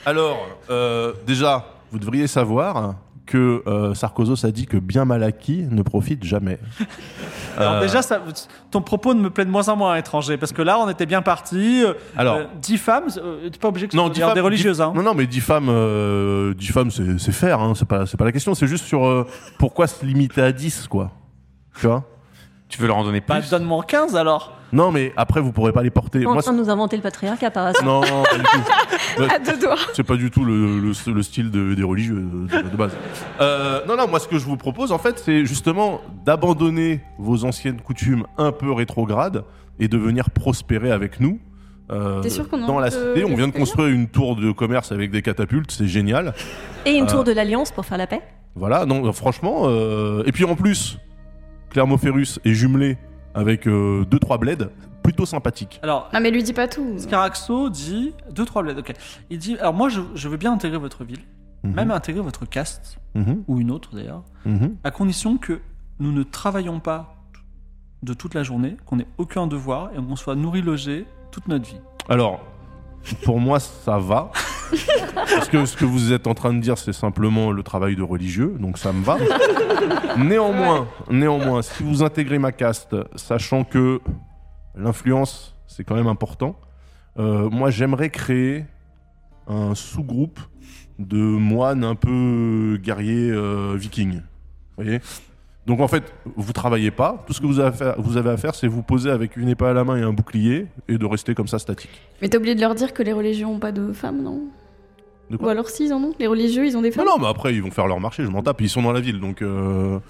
[SPEAKER 4] Alors, euh, déjà, vous devriez savoir que euh, Sarkozos a dit que bien mal acquis ne profite jamais.
[SPEAKER 1] Alors
[SPEAKER 4] Euh,
[SPEAKER 1] déjà, ça, ton propos ne me plaît de moins en moins à étranger, parce que là, on était bien parti.
[SPEAKER 4] alors.
[SPEAKER 1] 10 femmes, euh, t'es pas obligé que ce
[SPEAKER 4] Non,
[SPEAKER 1] soit
[SPEAKER 4] dix
[SPEAKER 1] dire
[SPEAKER 4] femmes-
[SPEAKER 1] des
[SPEAKER 4] dix-
[SPEAKER 1] religieuses. Hein.
[SPEAKER 4] Non, non, mais 10 femmes, euh, dix femmes c'est c'est faire, hein, c'est pas, c'est pas la question. C'est juste sur euh, pourquoi se limiter à 10, quoi. Tu vois
[SPEAKER 2] Tu veux leur en donner
[SPEAKER 1] Bah,
[SPEAKER 2] plus
[SPEAKER 1] donne-moi 15 alors.
[SPEAKER 4] Non, mais après, vous pourrez pas les porter.
[SPEAKER 3] en
[SPEAKER 4] Moi,
[SPEAKER 3] train de nous inventer le patriarcat par hasard.
[SPEAKER 4] c'est- non, non, pas du tout.
[SPEAKER 5] À deux doigts.
[SPEAKER 4] C'est pas du tout le, le- le style de- des religieux euh, de, de base. Euh, non, non, moi, ce que je vous propose, en fait, c'est justement d'abandonner vos anciennes coutumes un peu rétrogrades et de venir prospérer avec nous. euh,
[SPEAKER 5] T'es sûr qu'on
[SPEAKER 4] dans la
[SPEAKER 5] en peut
[SPEAKER 4] cité, on vient de
[SPEAKER 5] prospérer
[SPEAKER 4] construire une tour de commerce avec des catapultes, c'est génial.
[SPEAKER 3] Et une
[SPEAKER 4] Euh.
[SPEAKER 3] tour de l'Alliance pour faire la paix.
[SPEAKER 4] Voilà, non, euh, franchement. euh, Et puis en plus, Clermont-Ferrus est jumelé avec 2-3 bleds, plutôt sympathique.
[SPEAKER 1] Alors,
[SPEAKER 5] Non, mais lui dis pas tout.
[SPEAKER 1] Scaraxo dit deux trois bleds. Ok. Il dit alors moi je, je veux bien intégrer votre ville, même intégrer votre caste
[SPEAKER 4] Mhm,
[SPEAKER 1] ou une autre d'ailleurs,
[SPEAKER 4] mhm.
[SPEAKER 1] à condition que nous ne travaillions pas de toute la journée, qu'on n'ait aucun devoir et qu'on soit nourri logé toute notre vie.
[SPEAKER 4] Alors, pour moi, ça va. Parce que ce que vous êtes en train de dire, c'est simplement le travail de religieux, donc ça me va. Néanmoins, néanmoins, si vous intégrez ma caste, sachant que l'influence, c'est quand même important, euh, moi, j'aimerais créer un sous-groupe de moines un peu guerriers euh, vikings. Vous voyez donc en fait, vous travaillez pas. Tout ce que vous avez à faire, vous avez à faire, c'est vous poser avec une épée à la main et un bouclier et de rester comme ça statique.
[SPEAKER 5] Mais t'as oublié de leur dire que les religions ont pas de femmes, non
[SPEAKER 4] De quoi
[SPEAKER 5] Ou alors si, ils en ont Les religieux, ils ont des
[SPEAKER 4] Non,
[SPEAKER 5] femmes
[SPEAKER 4] non, mais après, ils vont faire leur marché, je m'en tape, ils sont dans la ville, donc... euh,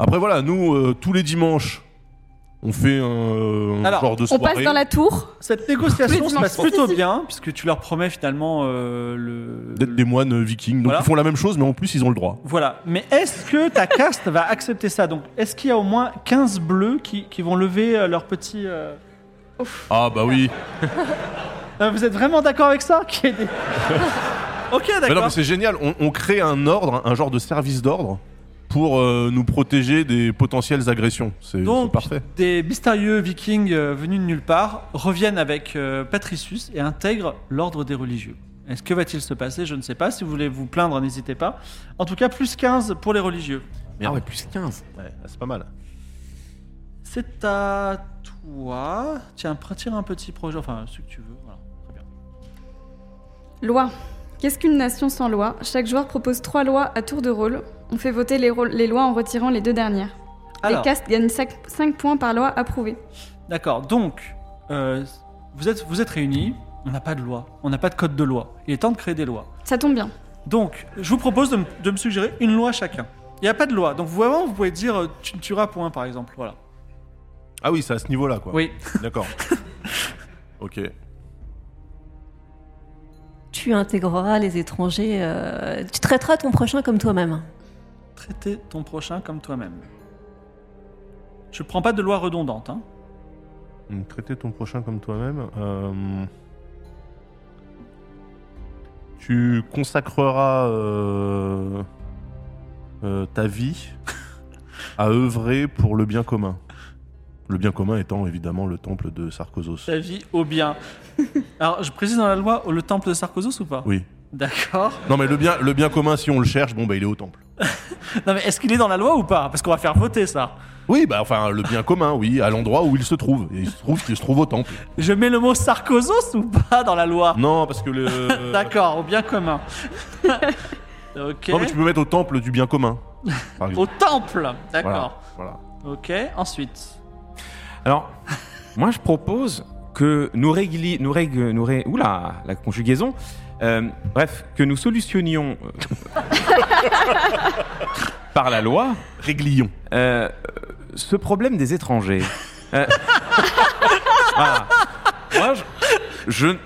[SPEAKER 4] Après, voilà, nous, euh, tous les dimanches, On fait un, euh, un
[SPEAKER 1] Alors,
[SPEAKER 4] genre de
[SPEAKER 5] On
[SPEAKER 4] soirée.
[SPEAKER 5] passe dans la tour.
[SPEAKER 1] Cette négociation se
[SPEAKER 5] Complètement.
[SPEAKER 1] passe plutôt bien, puisque tu leur promets finalement euh, le.
[SPEAKER 4] D'être des moines euh, vikings. Donc
[SPEAKER 1] Voilà.
[SPEAKER 4] ils font la même chose, mais en plus ils ont le droit.
[SPEAKER 1] Voilà. Mais est-ce que ta caste va accepter ça Donc, est-ce qu'il y a au moins 15 bleus qui, qui vont lever euh, leur petit. euh,
[SPEAKER 4] Ah bah oui.
[SPEAKER 1] Euh, vous êtes vraiment d'accord avec ça Qu'il y ait des- Ok,
[SPEAKER 4] Mais non, mais
[SPEAKER 1] d'accord.
[SPEAKER 4] c'est génial. On, on crée un ordre, un genre de service d'ordre pour euh, nous protéger des potentielles agressions. C'est c'est
[SPEAKER 1] Donc,
[SPEAKER 4] parfait.
[SPEAKER 1] des mystérieux vikings euh, venus de nulle part reviennent avec euh, Patricius et intègrent l'ordre des religieux. Est-ce que va-t-il se passer Je ne sais pas. Si vous voulez vous plaindre, n'hésitez pas. En tout cas, plus 15 pour les religieux.
[SPEAKER 2] Merde, plus 15.
[SPEAKER 4] Ouais, c'est pas mal.
[SPEAKER 1] C'est à toi. Tiens, tire un petit projet, enfin, ce que tu veux. Voilà. Très bien.
[SPEAKER 5] Loi. Qu'est-ce qu'une nation sans loi Chaque joueur propose trois lois à tour de rôle. On fait voter les, rôles- les lois en retirant les deux dernières.
[SPEAKER 1] Alors,
[SPEAKER 5] Les castes gagnent 5 points par loi approuvée.
[SPEAKER 1] d'accord. Donc, euh, vous, êtes, vous êtes réunis. On n'a pas de loi. On n'a pas de code de loi. Il est temps de créer des lois.
[SPEAKER 5] Ça tombe bien.
[SPEAKER 1] Donc, je vous propose de, m- de me suggérer une loi chacun. Il n'y a pas de loi. Donc, vraiment, vous pouvez dire euh, tu ne tueras point, par exemple. Voilà.
[SPEAKER 4] Ah oui, c'est à ce niveau-là, quoi.
[SPEAKER 1] Oui.
[SPEAKER 4] D'accord. ok.
[SPEAKER 3] Tu intégreras les étrangers. euh, tu traiteras ton prochain comme toi-même.
[SPEAKER 1] Traiter ton prochain comme toi-même. Je prends pas de loi redondante. hein.
[SPEAKER 4] Donc, Traiter ton prochain comme toi-même. euh, Tu consacreras euh, euh, ta vie à œuvrer pour le bien commun. Le bien commun étant évidemment le temple de Sarkozos.
[SPEAKER 1] Ta vie au bien. Alors, je précise dans la loi le temple de Sarkozos ou pas
[SPEAKER 4] Oui.
[SPEAKER 1] D'accord.
[SPEAKER 4] Non mais le bien, le bien commun, si on le cherche, bon bah il est au temple.
[SPEAKER 1] Non, mais est-ce qu'il est dans la loi ou pas Parce qu'on va faire voter ça.
[SPEAKER 4] Oui, bah enfin le bien commun, oui, à l'endroit où il se trouve. Et il se trouve qu'il se trouve au temple.
[SPEAKER 1] Je mets le mot Sarkozos ou pas dans la loi
[SPEAKER 4] Non, parce que le.
[SPEAKER 1] D'accord, au bien commun. ok.
[SPEAKER 4] Non mais tu peux mettre au temple du bien commun. Par
[SPEAKER 1] Au
[SPEAKER 4] exemple.
[SPEAKER 1] temple. D'accord.
[SPEAKER 4] Voilà.
[SPEAKER 1] Ok, ensuite.
[SPEAKER 2] Alors, moi, je propose que nous régli- nous rég- nous ré- oula, la conjugaison. Euh, bref, que nous solutionnions euh, par la loi
[SPEAKER 4] Réglion.
[SPEAKER 2] euh, ce problème des étrangers. Euh, voilà. Moi, je,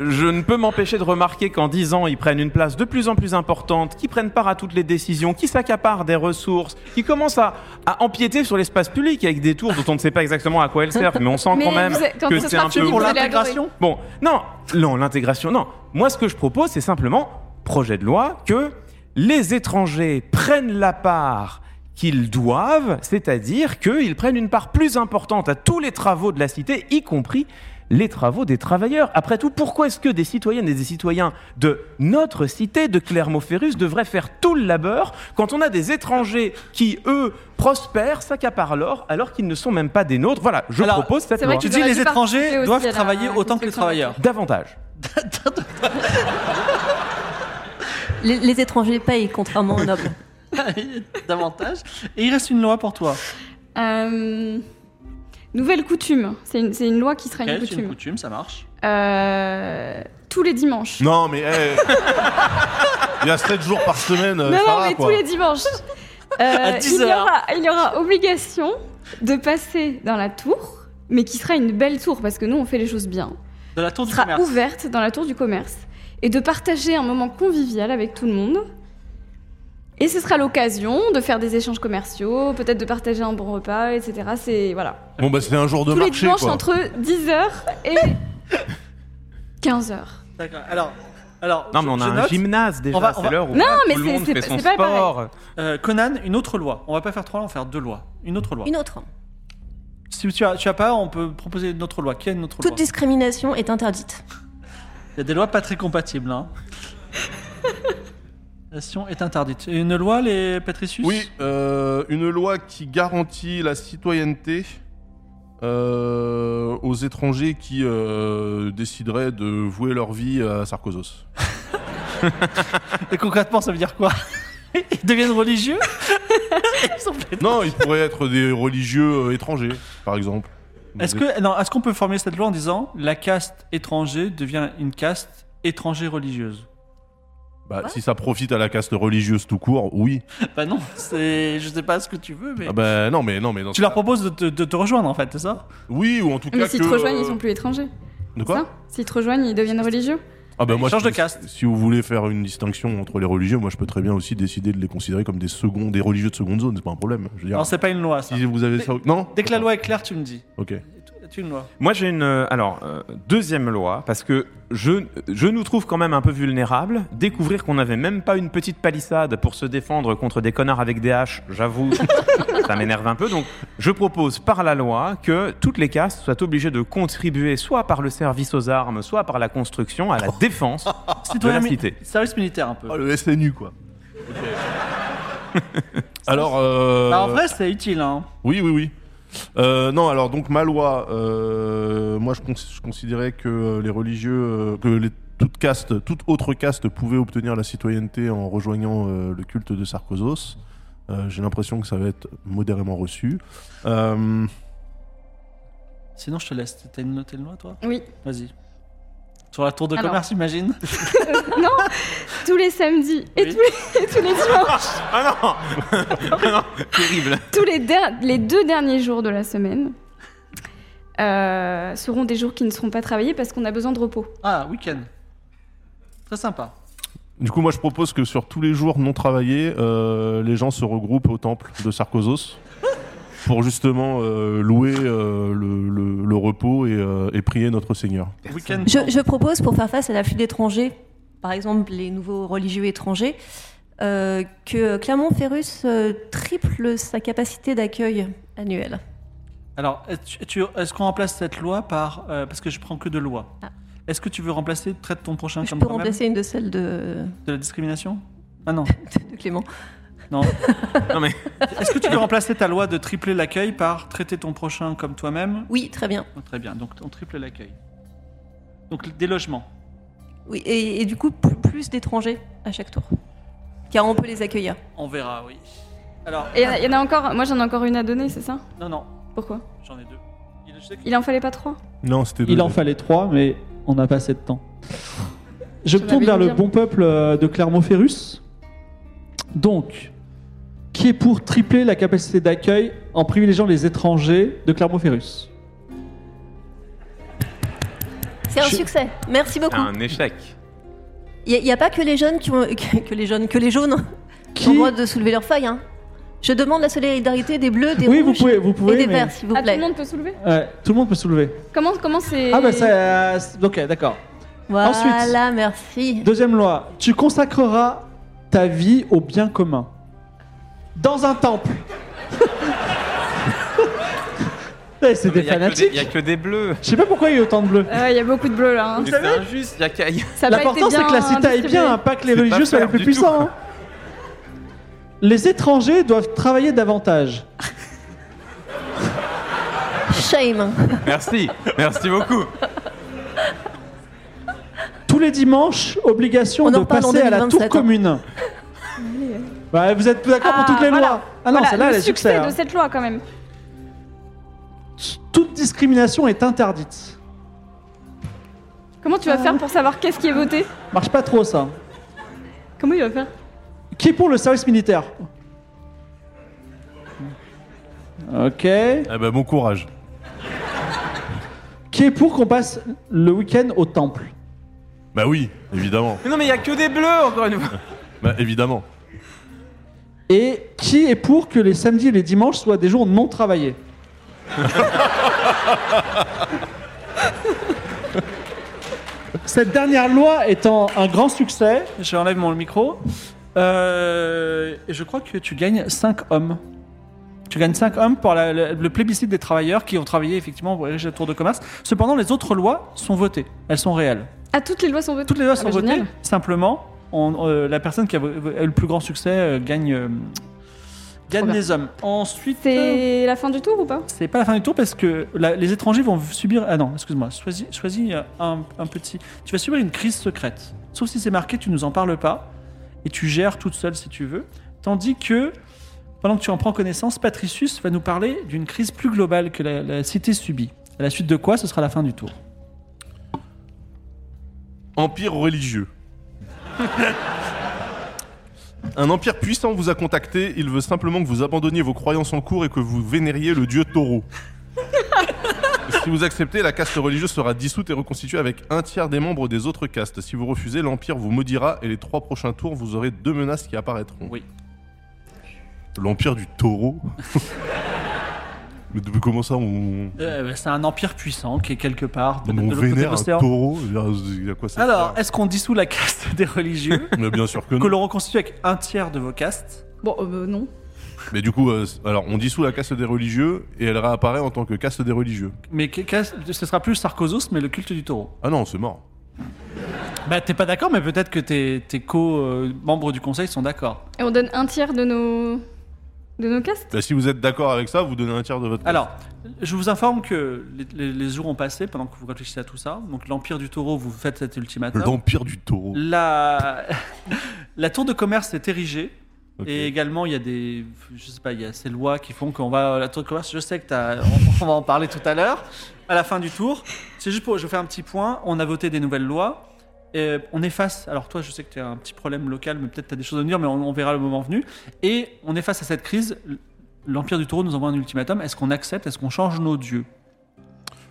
[SPEAKER 2] je- je ne peux m'empêcher de remarquer qu'en 10 ans, ils prennent une place de plus en plus importante, qui prennent part à toutes les décisions, qui s'accaparent des ressources, qui commencent à, à empiéter sur l'espace public avec des tours dont on ne sait pas exactement à quoi elles servent, mais on sent
[SPEAKER 5] Mais
[SPEAKER 2] quand même
[SPEAKER 5] vous êtes- quand
[SPEAKER 2] que
[SPEAKER 5] vous
[SPEAKER 2] c'est
[SPEAKER 5] êtes
[SPEAKER 2] un
[SPEAKER 5] parti,
[SPEAKER 2] peu...
[SPEAKER 5] vous
[SPEAKER 1] Pour
[SPEAKER 5] allez
[SPEAKER 1] l'intégration
[SPEAKER 2] Bon, non, non, l'intégration, non. Moi, ce que je propose, c'est simplement, projet de loi, que les étrangers prennent la part qu'ils doivent, c'est-à-dire qu'ils prennent une part plus importante à tous les travaux de la cité, y compris les travaux des travailleurs. Après tout, pourquoi est-ce que des citoyennes et des citoyens de notre cité, de Clermont-Ferrus, devraient faire tout le labeur quand on a des étrangers qui, eux, prospèrent, s'accaparent l'or, alors qu'ils ne sont même pas des nôtres Voilà, je
[SPEAKER 1] Alors,
[SPEAKER 2] propose cette
[SPEAKER 5] c'est vrai
[SPEAKER 2] loi.
[SPEAKER 5] que
[SPEAKER 1] Tu
[SPEAKER 5] Tu
[SPEAKER 1] dis
[SPEAKER 5] devrais
[SPEAKER 1] les
[SPEAKER 5] plus
[SPEAKER 1] étrangers
[SPEAKER 5] participer
[SPEAKER 1] doivent
[SPEAKER 5] aussi euh, à la
[SPEAKER 1] travailler autant que les
[SPEAKER 5] construction
[SPEAKER 1] travailleurs.
[SPEAKER 2] Davantage.
[SPEAKER 3] Les, les étrangers payent, contrairement aux nobles.
[SPEAKER 1] Davantage. Et il reste une loi pour toi.
[SPEAKER 5] Euh, Nouvelle coutume. C'est une, c'est une loi qui sera
[SPEAKER 1] Ok,
[SPEAKER 5] une
[SPEAKER 1] c'est une
[SPEAKER 5] coutume.
[SPEAKER 1] coutume, ça marche.
[SPEAKER 5] Euh, tous les dimanches.
[SPEAKER 4] Non mais. eh, il y a 7 jours par semaine. euh,
[SPEAKER 5] non,
[SPEAKER 4] ça
[SPEAKER 5] non,
[SPEAKER 4] va,
[SPEAKER 5] mais
[SPEAKER 4] quoi.
[SPEAKER 5] tous les dimanches. Euh,
[SPEAKER 1] À 10
[SPEAKER 5] il, y
[SPEAKER 1] heures.
[SPEAKER 5] aura, il y aura obligation de passer dans la tour, mais qui sera une belle tour, parce que nous, on fait les choses bien.
[SPEAKER 1] De la tour du
[SPEAKER 5] sera
[SPEAKER 1] commerce.
[SPEAKER 5] ouverte dans la tour du commerce et de partager un moment convivial avec tout le monde. Et ce sera l'occasion de faire des échanges commerciaux, peut-être de partager un bon repas, etc. C'est voilà.
[SPEAKER 4] Bon bah c'est un jour de
[SPEAKER 5] Tous les
[SPEAKER 4] marché
[SPEAKER 5] dimanches
[SPEAKER 4] quoi.
[SPEAKER 5] entre 10h et 15h.
[SPEAKER 1] D'accord. Alors, alors
[SPEAKER 2] Non, mais on
[SPEAKER 1] je-
[SPEAKER 2] a
[SPEAKER 1] je
[SPEAKER 2] un
[SPEAKER 1] note,
[SPEAKER 2] gymnase déjà,
[SPEAKER 1] On va- on
[SPEAKER 2] c'est
[SPEAKER 1] va-
[SPEAKER 2] l'heure où
[SPEAKER 5] Non, mais
[SPEAKER 2] tout le
[SPEAKER 5] c'est-
[SPEAKER 2] monde
[SPEAKER 5] c'est
[SPEAKER 2] fait
[SPEAKER 5] pas-
[SPEAKER 2] son
[SPEAKER 5] c'est pas pareil.
[SPEAKER 2] sport.
[SPEAKER 1] euh, Conan, une autre loi. On va pas faire trois lois, on va faire deux lois. Une autre loi.
[SPEAKER 3] Une autre.
[SPEAKER 1] Si tu as, tu as pas, on peut proposer une autre loi. Qui a une autre
[SPEAKER 3] Toute
[SPEAKER 1] loi
[SPEAKER 3] discrimination est interdite.
[SPEAKER 1] Il y a des lois pas très compatibles. Hein. L'action est interdite. Et une loi, les Patricius
[SPEAKER 4] Oui, euh, une loi qui garantit la citoyenneté euh, aux étrangers qui euh, décideraient de vouer leur vie à Sarkozos.
[SPEAKER 1] Et concrètement, ça veut dire quoi Ils deviennent religieux
[SPEAKER 4] Non, ils pourraient être des religieux euh, étrangers, par exemple.
[SPEAKER 1] Est-ce
[SPEAKER 4] Des-
[SPEAKER 1] que non, est-ce qu'on peut former cette loi en disant la caste étranger devient une caste étranger religieuse
[SPEAKER 4] Bah,
[SPEAKER 3] Ouais.
[SPEAKER 4] Si ça profite à la caste religieuse tout court, oui.
[SPEAKER 1] Bah non, c'est, je sais pas ce que tu veux, mais
[SPEAKER 4] Ah bah, non, mais non, mais dans
[SPEAKER 1] tu
[SPEAKER 4] ce
[SPEAKER 1] leur
[SPEAKER 4] cas-
[SPEAKER 1] proposes de te, de te rejoindre en fait, c'est ça
[SPEAKER 4] Oui, ou en tout
[SPEAKER 5] Mais
[SPEAKER 4] cas.
[SPEAKER 5] s'ils
[SPEAKER 4] que-
[SPEAKER 5] te rejoignent, ils sont plus étrangers.
[SPEAKER 4] De quoi
[SPEAKER 5] ça S'ils te rejoignent, ils deviennent religieux
[SPEAKER 4] Ah bah moi,
[SPEAKER 1] Change
[SPEAKER 4] si-
[SPEAKER 1] de caste.
[SPEAKER 4] Si vous voulez faire une distinction entre les religieux, moi je peux très bien aussi décider de les considérer comme des secondes, des religieux de seconde zone, c'est pas un problème. Je veux dire,
[SPEAKER 1] Non, c'est pas une loi ça.
[SPEAKER 4] si vous avez ça, non
[SPEAKER 1] Dès que la loi est claire, tu me dis.
[SPEAKER 4] Ok.
[SPEAKER 1] C'est une loi.
[SPEAKER 2] Moi, j'ai une. euh, Alors, euh, deuxième loi, parce que je, je nous trouve quand même un peu vulnérables. Découvrir qu'on n'avait même pas une petite palissade pour se défendre contre des connards avec des haches, j'avoue, ça m'énerve un peu. Donc, je propose par la loi que toutes les castes soient obligées de contribuer soit par le service aux armes, soit par la construction, à la défense.
[SPEAKER 1] Citoyen
[SPEAKER 2] la
[SPEAKER 1] mi-
[SPEAKER 2] cité.
[SPEAKER 1] Service militaire un peu.
[SPEAKER 4] Ah, le SNU quoi. Alors. Euh...
[SPEAKER 1] Bah, en vrai, c'est utile. Hein.
[SPEAKER 4] Oui, oui, oui. Euh, non, alors donc ma loi, euh, moi je, cons- je considérais que euh, les religieux, euh, que les, toute caste, toute autre caste pouvait obtenir la citoyenneté en rejoignant euh, le culte de Sarkozos. Euh, J'ai l'impression que ça va être modérément reçu. Euh,
[SPEAKER 1] Sinon, je te laisse. T'as une, t'as une loi, toi
[SPEAKER 5] Oui.
[SPEAKER 1] Vas-y. Sur la tour de
[SPEAKER 5] Alors.
[SPEAKER 1] commerce, imagine.
[SPEAKER 5] Tous les samedis et
[SPEAKER 1] Oui.
[SPEAKER 5] tous les, et tous les dimanches,
[SPEAKER 2] Ah non, Ah non Terrible
[SPEAKER 5] tous les, der- les deux derniers jours de la semaine euh, seront des jours qui ne seront pas travaillés parce qu'on a besoin de repos.
[SPEAKER 1] Ah, week-end. Très sympa.
[SPEAKER 4] du coup, moi je propose que sur tous les jours non travaillés, euh, les gens se regroupent au temple de Sarkozos pour justement euh, louer euh, le, le- le repos et, euh, et prier notre Seigneur.
[SPEAKER 1] Week-end.
[SPEAKER 3] Je, je propose pour faire face à l'afflux d'étrangers, par exemple les nouveaux religieux étrangers, euh, que Clermont-Ferrus euh, triple sa capacité d'accueil annuelle.
[SPEAKER 1] Alors, est-ce- tu- est-ce qu'on remplace cette loi par. euh, parce que je prends que de lois.
[SPEAKER 3] Ah.
[SPEAKER 1] Est-ce que tu veux remplacer traite ton prochain
[SPEAKER 3] Je
[SPEAKER 1] comme
[SPEAKER 3] peux
[SPEAKER 1] toi-même
[SPEAKER 3] remplacer une de celles de,
[SPEAKER 1] de la discrimination Ah non,
[SPEAKER 3] de Clément.
[SPEAKER 1] non.
[SPEAKER 2] Non mais,
[SPEAKER 1] Est-ce que tu veux remplacer ta loi de tripler l'accueil par traiter ton prochain comme toi-même
[SPEAKER 3] Oui, très bien.
[SPEAKER 1] Oh, Très bien, donc on triple l'accueil. Donc des logements.
[SPEAKER 3] Oui, et, et du coup, plus, plus d'étrangers à chaque tour. Car on peut les accueillir.
[SPEAKER 1] On verra, oui. Alors,
[SPEAKER 5] Et il y en a- il y, en a encore, moi j'en ai encore une à donner, c'est ça
[SPEAKER 1] non, non,
[SPEAKER 5] Pourquoi
[SPEAKER 1] j'en ai deux. Il, je sais que-
[SPEAKER 5] Il en fallait pas trois
[SPEAKER 4] Non, c'était
[SPEAKER 6] Il
[SPEAKER 4] deux-
[SPEAKER 6] en fallait trois, mais on n'a pas assez de temps. Je me
[SPEAKER 5] Ça
[SPEAKER 6] tourne
[SPEAKER 5] va
[SPEAKER 6] vers le
[SPEAKER 5] bien.
[SPEAKER 6] bon peuple euh, de Clermont-Ferrus. Donc, qui est pour tripler la capacité d'accueil en privilégiant les étrangers de Clermont-Ferrus
[SPEAKER 3] C'est un
[SPEAKER 6] Je-
[SPEAKER 3] succès. Merci beaucoup.
[SPEAKER 2] un échec.
[SPEAKER 3] Il n'y a, pas que les jeunes qui ont, que, que les jeunes, que les jaunes qui
[SPEAKER 6] Qui
[SPEAKER 3] ont le droit de soulever leurs feuilles. hein. Je demande la solidarité des bleus, des
[SPEAKER 6] Oui, vous
[SPEAKER 3] rouges
[SPEAKER 6] pouvez, vous
[SPEAKER 3] et
[SPEAKER 6] pouvez.
[SPEAKER 3] des
[SPEAKER 6] mais-
[SPEAKER 3] verts, s'il vous
[SPEAKER 5] Ah, tout
[SPEAKER 3] plaît.
[SPEAKER 5] le monde peut soulever
[SPEAKER 6] Ouais, tout le monde peut soulever.
[SPEAKER 5] Comment comment c'est
[SPEAKER 6] Ah bah ça, euh, c'est- ok, d'accord.
[SPEAKER 3] Voilà, merci.
[SPEAKER 6] Deuxième loi, tu consacreras ta vie au bien commun. Dans un temple. Eh, C'est
[SPEAKER 2] Mais
[SPEAKER 6] des
[SPEAKER 2] Il y a que des-
[SPEAKER 6] fanatiques.
[SPEAKER 2] il y a que des bleus.
[SPEAKER 6] Je sais pas pourquoi il y a autant de bleus.
[SPEAKER 5] Ah Il y a beaucoup de bleus là. hein.
[SPEAKER 2] Mais C'est injuste, il y a qu'à- il y a-
[SPEAKER 5] Ça a pas été
[SPEAKER 6] L'important, c'est
[SPEAKER 5] bien
[SPEAKER 6] que la cité aille
[SPEAKER 5] distribué.
[SPEAKER 6] bien, hein, pas que les
[SPEAKER 2] C'est
[SPEAKER 6] religieux
[SPEAKER 2] pas
[SPEAKER 6] soient les
[SPEAKER 2] faire
[SPEAKER 6] plus
[SPEAKER 2] du
[SPEAKER 6] puissants.
[SPEAKER 2] tout.
[SPEAKER 6] hein. Les étrangers doivent travailler davantage.
[SPEAKER 3] Shame.
[SPEAKER 2] Merci, merci beaucoup.
[SPEAKER 6] Tous les dimanches, obligation
[SPEAKER 3] On en
[SPEAKER 6] de
[SPEAKER 3] reparle en
[SPEAKER 6] passer à la
[SPEAKER 3] 2027,
[SPEAKER 6] tour
[SPEAKER 3] hein.
[SPEAKER 6] commune. Ouais, vous êtes d'accord
[SPEAKER 5] Ah,
[SPEAKER 6] pour toutes les
[SPEAKER 5] voilà.
[SPEAKER 6] lois Ah non,
[SPEAKER 5] Voilà,
[SPEAKER 6] celle-là, elle
[SPEAKER 5] le
[SPEAKER 6] est
[SPEAKER 5] succès
[SPEAKER 6] succès.
[SPEAKER 5] de cette loi quand même.
[SPEAKER 6] hein. Toute discrimination est interdite.
[SPEAKER 5] Comment
[SPEAKER 6] Ah.
[SPEAKER 5] tu vas faire pour savoir qu'est-ce qui est voté
[SPEAKER 6] Marche pas trop ça.
[SPEAKER 5] Comment il va faire
[SPEAKER 6] Qui est pour le service militaire Ok.
[SPEAKER 4] Ah bah, bon courage.
[SPEAKER 6] Qui est pour qu'on passe le week-end au temple
[SPEAKER 4] Bah oui, évidemment.
[SPEAKER 2] Mais non mais il y a que des bleus encore une fois.
[SPEAKER 4] Bah évidemment.
[SPEAKER 6] Et qui est pour que les samedis et les dimanches soient des jours non travaillés Cette dernière loi étant un grand succès,
[SPEAKER 1] Je enlève mon micro. Euh, et je crois que tu gagnes 5 hommes. Tu gagnes 5 hommes pour la- le, le plébiscite des travailleurs qui ont travaillé effectivement pour ériger la tour de commerce. Cependant, les autres lois sont votées. Elles sont réelles.
[SPEAKER 5] Ah, toutes les lois sont votées.
[SPEAKER 1] Toutes les lois
[SPEAKER 5] Ah
[SPEAKER 1] sont
[SPEAKER 5] bah,
[SPEAKER 1] votées.
[SPEAKER 5] génial.
[SPEAKER 1] Simplement, on- euh, la personne qui a, vo- a eu le plus grand succès euh, gagne, euh, gagne
[SPEAKER 5] bien.
[SPEAKER 1] les hommes. Ensuite,
[SPEAKER 6] Ah.
[SPEAKER 1] euh,
[SPEAKER 5] C'est la fin du tour ou pas
[SPEAKER 1] c'est pas la fin du tour parce que la- les étrangers vont subir. Ah non, excuse-moi. Choisis, choisis euh, un, un petit. Tu vas subir une crise secrète. Sauf si c'est marqué, tu nous en parles pas et tu gères toute seule si tu veux. Tandis que pendant que tu en prends connaissance, Patricius va nous parler d'une crise plus globale que la, la cité subit. À la suite de quoi, ce sera la fin du tour.
[SPEAKER 4] Empire religieux. Un empire puissant vous a contacté, il veut simplement que vous abandonniez vos croyances en cours et que vous vénériez le dieu taureau. si vous acceptez, la caste religieuse sera dissoute et reconstituée avec un tiers des membres des autres castes. Si vous refusez, l'empire vous maudira et les trois prochains tours, vous aurez deux menaces qui apparaîtront.
[SPEAKER 1] Oui.
[SPEAKER 4] L'empire du taureau Mais depuis comment ça on,
[SPEAKER 1] Euh, bah, c'est un empire puissant qui est quelque part de,
[SPEAKER 4] on
[SPEAKER 1] de l'autre côté de
[SPEAKER 4] vénère un
[SPEAKER 1] l'océan.
[SPEAKER 4] taureau Je veux dire, à quoi ça
[SPEAKER 1] Alors,
[SPEAKER 4] sert
[SPEAKER 1] est-ce qu'on dissout la caste des religieux
[SPEAKER 4] Mais bien sûr que
[SPEAKER 1] que
[SPEAKER 4] non.
[SPEAKER 1] l'on reconstitue avec un tiers de vos castes
[SPEAKER 5] Bon, euh, bah, non.
[SPEAKER 4] Mais du coup, euh, c- alors on dissout la caste des religieux et elle réapparaît en tant que caste des religieux.
[SPEAKER 1] mais que- que- ce sera plus Sarkozos, mais le culte du taureau.
[SPEAKER 4] Ah non, c'est mort.
[SPEAKER 1] Bah, t'es pas d'accord, mais peut-être que tes, tes co-membres du conseil sont d'accord.
[SPEAKER 5] Et on donne un tiers de nos. de nos castes
[SPEAKER 4] Bah, si vous êtes d'accord avec ça, vous donnez un tiers de votre.
[SPEAKER 1] Alors, je vous informe que les, les- les jours ont passé pendant que vous réfléchissez à tout ça. Donc, l'Empire du Taureau, vous faites cet ultimatum.
[SPEAKER 4] l'empire du taureau.
[SPEAKER 1] La... la tour de commerce est érigée.
[SPEAKER 4] Ok.
[SPEAKER 1] Et également, il y a des, je sais pas, il y a ces lois qui font qu'on va à la tour de commerce. Je sais que t'as, on, on va en parler tout à l'heure, à la fin du tour. C'est juste pour, je fais un petit point. On a voté des nouvelles lois. Et on est face. Alors toi, je sais que tu as un petit problème local, mais peut-être tu as des choses à nous dire, mais on, on verra le moment venu. Et on est face à cette crise. L'Empire du Taureau nous envoie un ultimatum. Est-ce qu'on accepte Est-ce qu'on change nos dieux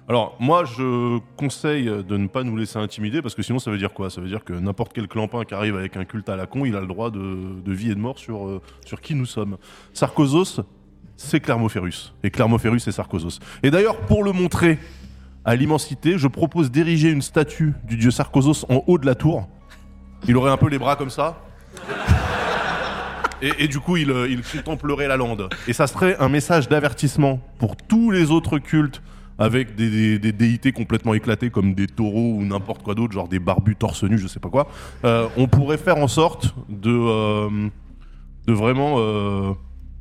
[SPEAKER 4] Alors, moi, je conseille de ne pas nous laisser intimider parce que sinon, ça veut dire quoi Ça veut dire que n'importe quel clampin qui arrive avec un culte à la con, il a le droit de, de vie et de mort sur, euh, sur qui nous sommes. Sarkozos, c'est Clermoferus. Et Clermoferus, c'est Sarkozos. Et d'ailleurs, pour le montrer à l'immensité, je propose d'ériger une statue du dieu Sarkozos en haut de la tour. Il aurait un peu les bras comme ça. Et, et du coup, il, euh, il contemplerait la lande. Et ça serait un message d'avertissement pour tous les autres cultes avec des, des- des déités complètement éclatées comme des taureaux ou n'importe quoi d'autre, genre des barbus torse nus, je sais pas quoi. Euh, on pourrait faire en sorte de, euh, de vraiment euh,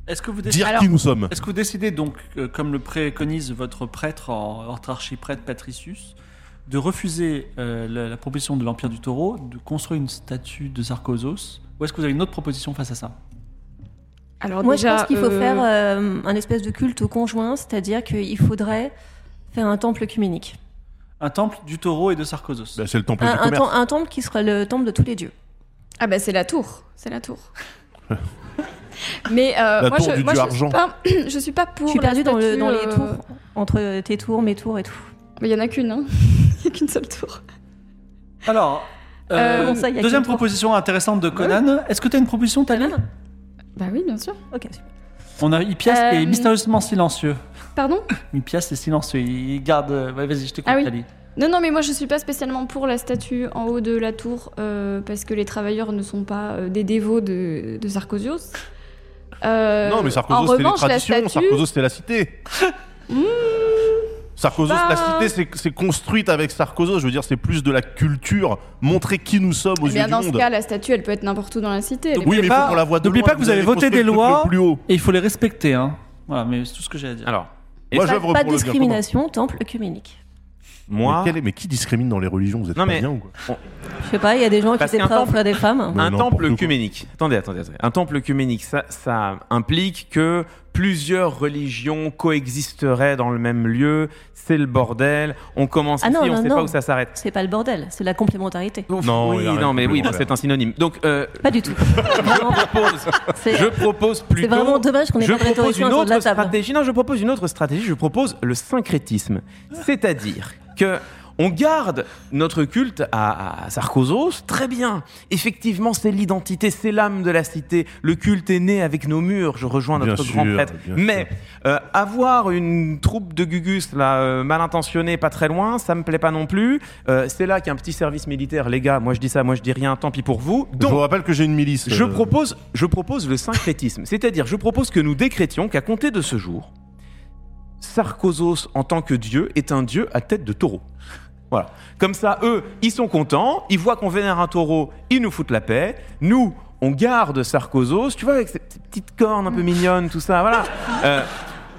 [SPEAKER 1] Est-ce que vous décidez
[SPEAKER 4] dire qui nous sommes.
[SPEAKER 1] Est-ce que vous décidez donc, euh, comme le préconise votre prêtre, en- votre archiprêtre Patricius, de refuser euh, la, la proposition de l'Empire du Taureau de construire une statue de Sarkozos Ou est-ce que vous avez une autre proposition face à ça
[SPEAKER 5] Alors,
[SPEAKER 3] Moi,
[SPEAKER 5] déjà,
[SPEAKER 3] je pense qu'il faut
[SPEAKER 5] euh,
[SPEAKER 3] faire euh, un espèce de culte conjoint, c'est-à-dire qu'il faudrait faire un temple œcuménique.
[SPEAKER 1] Un temple du Taureau et de Sarkozos.
[SPEAKER 4] Bah, c'est le temple
[SPEAKER 3] Un,
[SPEAKER 4] du
[SPEAKER 3] un
[SPEAKER 4] commerce.
[SPEAKER 3] tem- un temple qui sera le temple de tous les dieux.
[SPEAKER 5] Ah bah c'est la tour, c'est la tour. Mais euh,
[SPEAKER 4] La
[SPEAKER 5] moi,
[SPEAKER 4] tour
[SPEAKER 5] je,
[SPEAKER 4] du
[SPEAKER 5] moi,
[SPEAKER 4] dieu
[SPEAKER 5] je suis
[SPEAKER 4] argent.
[SPEAKER 5] pas, je suis pas pour.
[SPEAKER 3] Je suis
[SPEAKER 5] la
[SPEAKER 3] perdue dans, le-
[SPEAKER 5] statue,
[SPEAKER 3] dans les
[SPEAKER 5] euh,
[SPEAKER 3] tours, entre tes tours, mes tours et tout.
[SPEAKER 5] Mais il y en a qu'une, hein. Il y a qu'une seule tour.
[SPEAKER 1] Alors, euh,
[SPEAKER 5] Euh, comment
[SPEAKER 3] ça, il y a
[SPEAKER 1] deuxième
[SPEAKER 3] qu'une tour
[SPEAKER 1] proposition intéressante de Conan. Est-ce que tu as une proposition, Tali
[SPEAKER 5] Bah oui, bien sûr.
[SPEAKER 3] Ok, super.
[SPEAKER 1] On a Hippias
[SPEAKER 5] Euh,
[SPEAKER 1] est mystérieusement silencieux.
[SPEAKER 5] Pardon
[SPEAKER 1] Hippias est silencieux. Il garde. euh, ouais, Vas-y, je t'écoute,
[SPEAKER 5] Ah oui.
[SPEAKER 1] Thalie.
[SPEAKER 5] Non, non, mais moi je suis pas spécialement pour la statue en haut de la tour euh, parce que les travailleurs ne sont pas euh, des dévots de, de Sarkozios. Euh,
[SPEAKER 4] Non, mais
[SPEAKER 5] en
[SPEAKER 4] Sarkozos, c'était les
[SPEAKER 5] revanche, la
[SPEAKER 4] traditions.
[SPEAKER 5] statue-
[SPEAKER 4] Sarkozos, c'était la cité. Sarkozos,
[SPEAKER 5] Bah.
[SPEAKER 4] la cité, c'est- c'est construite avec Sarkozos. Je veux dire, c'est plus de la culture. Montrer qui nous sommes aux
[SPEAKER 5] Eh bien,
[SPEAKER 4] yeux
[SPEAKER 5] dans
[SPEAKER 4] du
[SPEAKER 5] ce
[SPEAKER 4] monde.
[SPEAKER 5] cas, la statue, elle peut être n'importe où dans la cité. Elle est
[SPEAKER 4] oui, mais il
[SPEAKER 1] pas-
[SPEAKER 4] faut qu'on la voie de
[SPEAKER 1] n'oubliez
[SPEAKER 4] loin,
[SPEAKER 1] pas que vous avez voté
[SPEAKER 4] construit
[SPEAKER 1] des
[SPEAKER 4] le truc
[SPEAKER 1] lois.
[SPEAKER 4] le plus haut.
[SPEAKER 1] Et il faut les respecter. Hein. Voilà, mais c'est tout ce que j'ai à dire.
[SPEAKER 2] Alors,
[SPEAKER 4] Moi,
[SPEAKER 2] Pas-
[SPEAKER 4] j'œuvre
[SPEAKER 3] Pas de
[SPEAKER 4] pour le bien commun.
[SPEAKER 3] discrimination, temple œcuménique.
[SPEAKER 2] moi, euh,
[SPEAKER 4] Mais, quel est- mais qui discrimine dans les religions Vous êtes
[SPEAKER 2] Non,
[SPEAKER 4] pas
[SPEAKER 2] mais-
[SPEAKER 4] bien ou quoi
[SPEAKER 3] Je sais pas, il y a des gens qui
[SPEAKER 2] Parce
[SPEAKER 3] étaient
[SPEAKER 2] qu'un
[SPEAKER 3] prêts à
[SPEAKER 2] temple-
[SPEAKER 3] offrir des femmes.
[SPEAKER 4] Ouais.
[SPEAKER 2] un
[SPEAKER 4] Mais
[SPEAKER 2] temple
[SPEAKER 4] n'importe quoi.
[SPEAKER 2] œcuménique. Attendez, attendez, attendez. Un temple œcuménique, ça, ça implique que plusieurs religions coexisteraient dans le même lieu. C'est le bordel. On commence
[SPEAKER 3] Ah
[SPEAKER 2] ici,
[SPEAKER 3] non,
[SPEAKER 2] on
[SPEAKER 3] non,
[SPEAKER 2] sait
[SPEAKER 3] non.
[SPEAKER 2] pas où ça s'arrête.
[SPEAKER 3] C'est pas le bordel, c'est la complémentarité.
[SPEAKER 2] Ouf,
[SPEAKER 4] Non, il
[SPEAKER 2] oui,
[SPEAKER 4] y a rien
[SPEAKER 2] non, mais
[SPEAKER 4] de
[SPEAKER 2] oui,
[SPEAKER 4] plus
[SPEAKER 2] c'est un synonyme. Donc, euh,
[SPEAKER 3] Pas du tout. Vraiment pas.
[SPEAKER 2] je propose,
[SPEAKER 3] C'est-
[SPEAKER 2] je propose plutôt.
[SPEAKER 3] C'est vraiment dommage qu'on ait
[SPEAKER 2] je
[SPEAKER 3] pas de
[SPEAKER 2] propose
[SPEAKER 3] rhétoricien
[SPEAKER 2] une
[SPEAKER 3] autour de
[SPEAKER 2] autre
[SPEAKER 3] la table.
[SPEAKER 2] stratégie. Non, je propose une autre stratégie. Je propose le syncrétisme, c'est-à-dire que on garde notre culte à, à Sarkozos. Très bien. Effectivement, c'est l'identité, c'est l'âme de la cité. Le culte est né avec nos murs. Je rejoins
[SPEAKER 4] Bien
[SPEAKER 2] notre
[SPEAKER 4] sûr,
[SPEAKER 2] grand prêtre.
[SPEAKER 4] bien
[SPEAKER 2] Mais
[SPEAKER 4] sûr.
[SPEAKER 2] euh, avoir une troupe de gugus là euh, mal intentionnée, pas très loin, ça me plaît pas non plus. Euh, c'est là qu'il y a un petit service militaire, les gars. Moi, je dis ça. Moi, je dis rien. Tant pis pour vous.
[SPEAKER 4] Je
[SPEAKER 2] Donc,
[SPEAKER 4] vous rappelle que j'ai une milice.
[SPEAKER 2] je
[SPEAKER 4] euh,
[SPEAKER 2] propose, je propose le syncrétisme, c'est-à-dire je propose que nous décrétions qu'à compter de ce jour, Sarkozos en tant que dieu est un dieu à tête de taureau. Voilà. Comme ça, eux, ils sont contents, ils voient qu'on vénère un taureau, ils nous foutent la paix. Nous, on garde Sarkozos, tu vois, avec ces ces petites cornes un peu mignonnes, tout ça, voilà. Euh,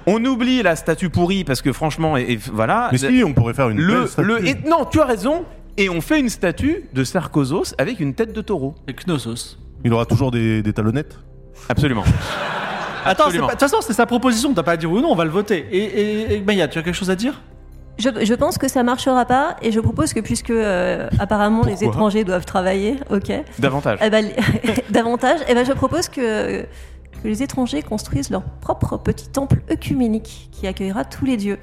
[SPEAKER 2] on oublie la statue pourrie parce que franchement, et, et voilà.
[SPEAKER 4] Mais si, on pourrait faire une
[SPEAKER 2] le,
[SPEAKER 4] belle statue.
[SPEAKER 2] le- et- non, tu as raison. Et on fait une statue de Sarkozos avec une tête de taureau.
[SPEAKER 1] Et Knossos.
[SPEAKER 4] Il aura toujours des, des talonnettes.
[SPEAKER 2] Absolument.
[SPEAKER 1] Attends, c'est
[SPEAKER 2] Absolument.
[SPEAKER 1] pas- de toute façon, c'est sa proposition. T'as pas à dire oui ou non, on va le voter. Et, et, et Maya, tu as quelque chose à dire
[SPEAKER 3] Je, je pense que ça marchera pas et je propose que puisque euh, apparemment les
[SPEAKER 2] Pourquoi
[SPEAKER 3] étrangers doivent travailler, ok,
[SPEAKER 2] Davantage.
[SPEAKER 3] eh ben, les- davantage, eh ben, je propose que, que les étrangers construisent leur propre petit temple œcuménique qui accueillera tous les dieux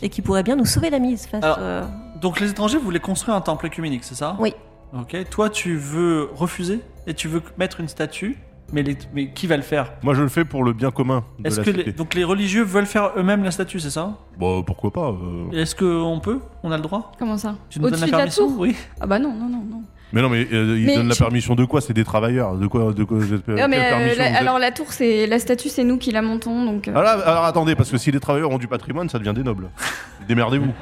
[SPEAKER 3] et qui pourrait bien nous sauver la mise face.
[SPEAKER 1] Alors-
[SPEAKER 3] euh,
[SPEAKER 1] Donc les étrangers voulaient construire un temple œcuménique, c'est ça
[SPEAKER 3] Oui.
[SPEAKER 1] Ok. Toi, tu veux refuser et tu veux mettre une statue, mais, les- mais qui va le faire
[SPEAKER 4] Moi, je le fais pour le bien commun de
[SPEAKER 1] Est-ce
[SPEAKER 4] la
[SPEAKER 1] que
[SPEAKER 4] cité.
[SPEAKER 1] les, donc les religieux veulent faire eux-mêmes la statue, c'est ça
[SPEAKER 4] Bah, pourquoi pas euh.
[SPEAKER 1] Est-ce qu'on peut On a le droit
[SPEAKER 5] Comment ça
[SPEAKER 1] Tu nous donnes la
[SPEAKER 5] Au-dessus de la
[SPEAKER 1] permission
[SPEAKER 5] tour
[SPEAKER 1] Oui.
[SPEAKER 5] Ah bah non, non, non, non.
[SPEAKER 4] Mais non, mais euh, ils
[SPEAKER 5] Mais
[SPEAKER 4] donnent la
[SPEAKER 5] tu-
[SPEAKER 4] permission de quoi C'est des travailleurs. De quoi, de quoi vous êtes-
[SPEAKER 5] Non,
[SPEAKER 4] quelle
[SPEAKER 5] mais euh,
[SPEAKER 4] permission
[SPEAKER 5] la-
[SPEAKER 4] vous êtes-
[SPEAKER 5] alors la tour, c'est la statue, c'est nous qui la montons, donc. euh,
[SPEAKER 4] Ah là, alors attendez, parce que si les travailleurs ont du patrimoine, ça devient des nobles. Démerdez-vous.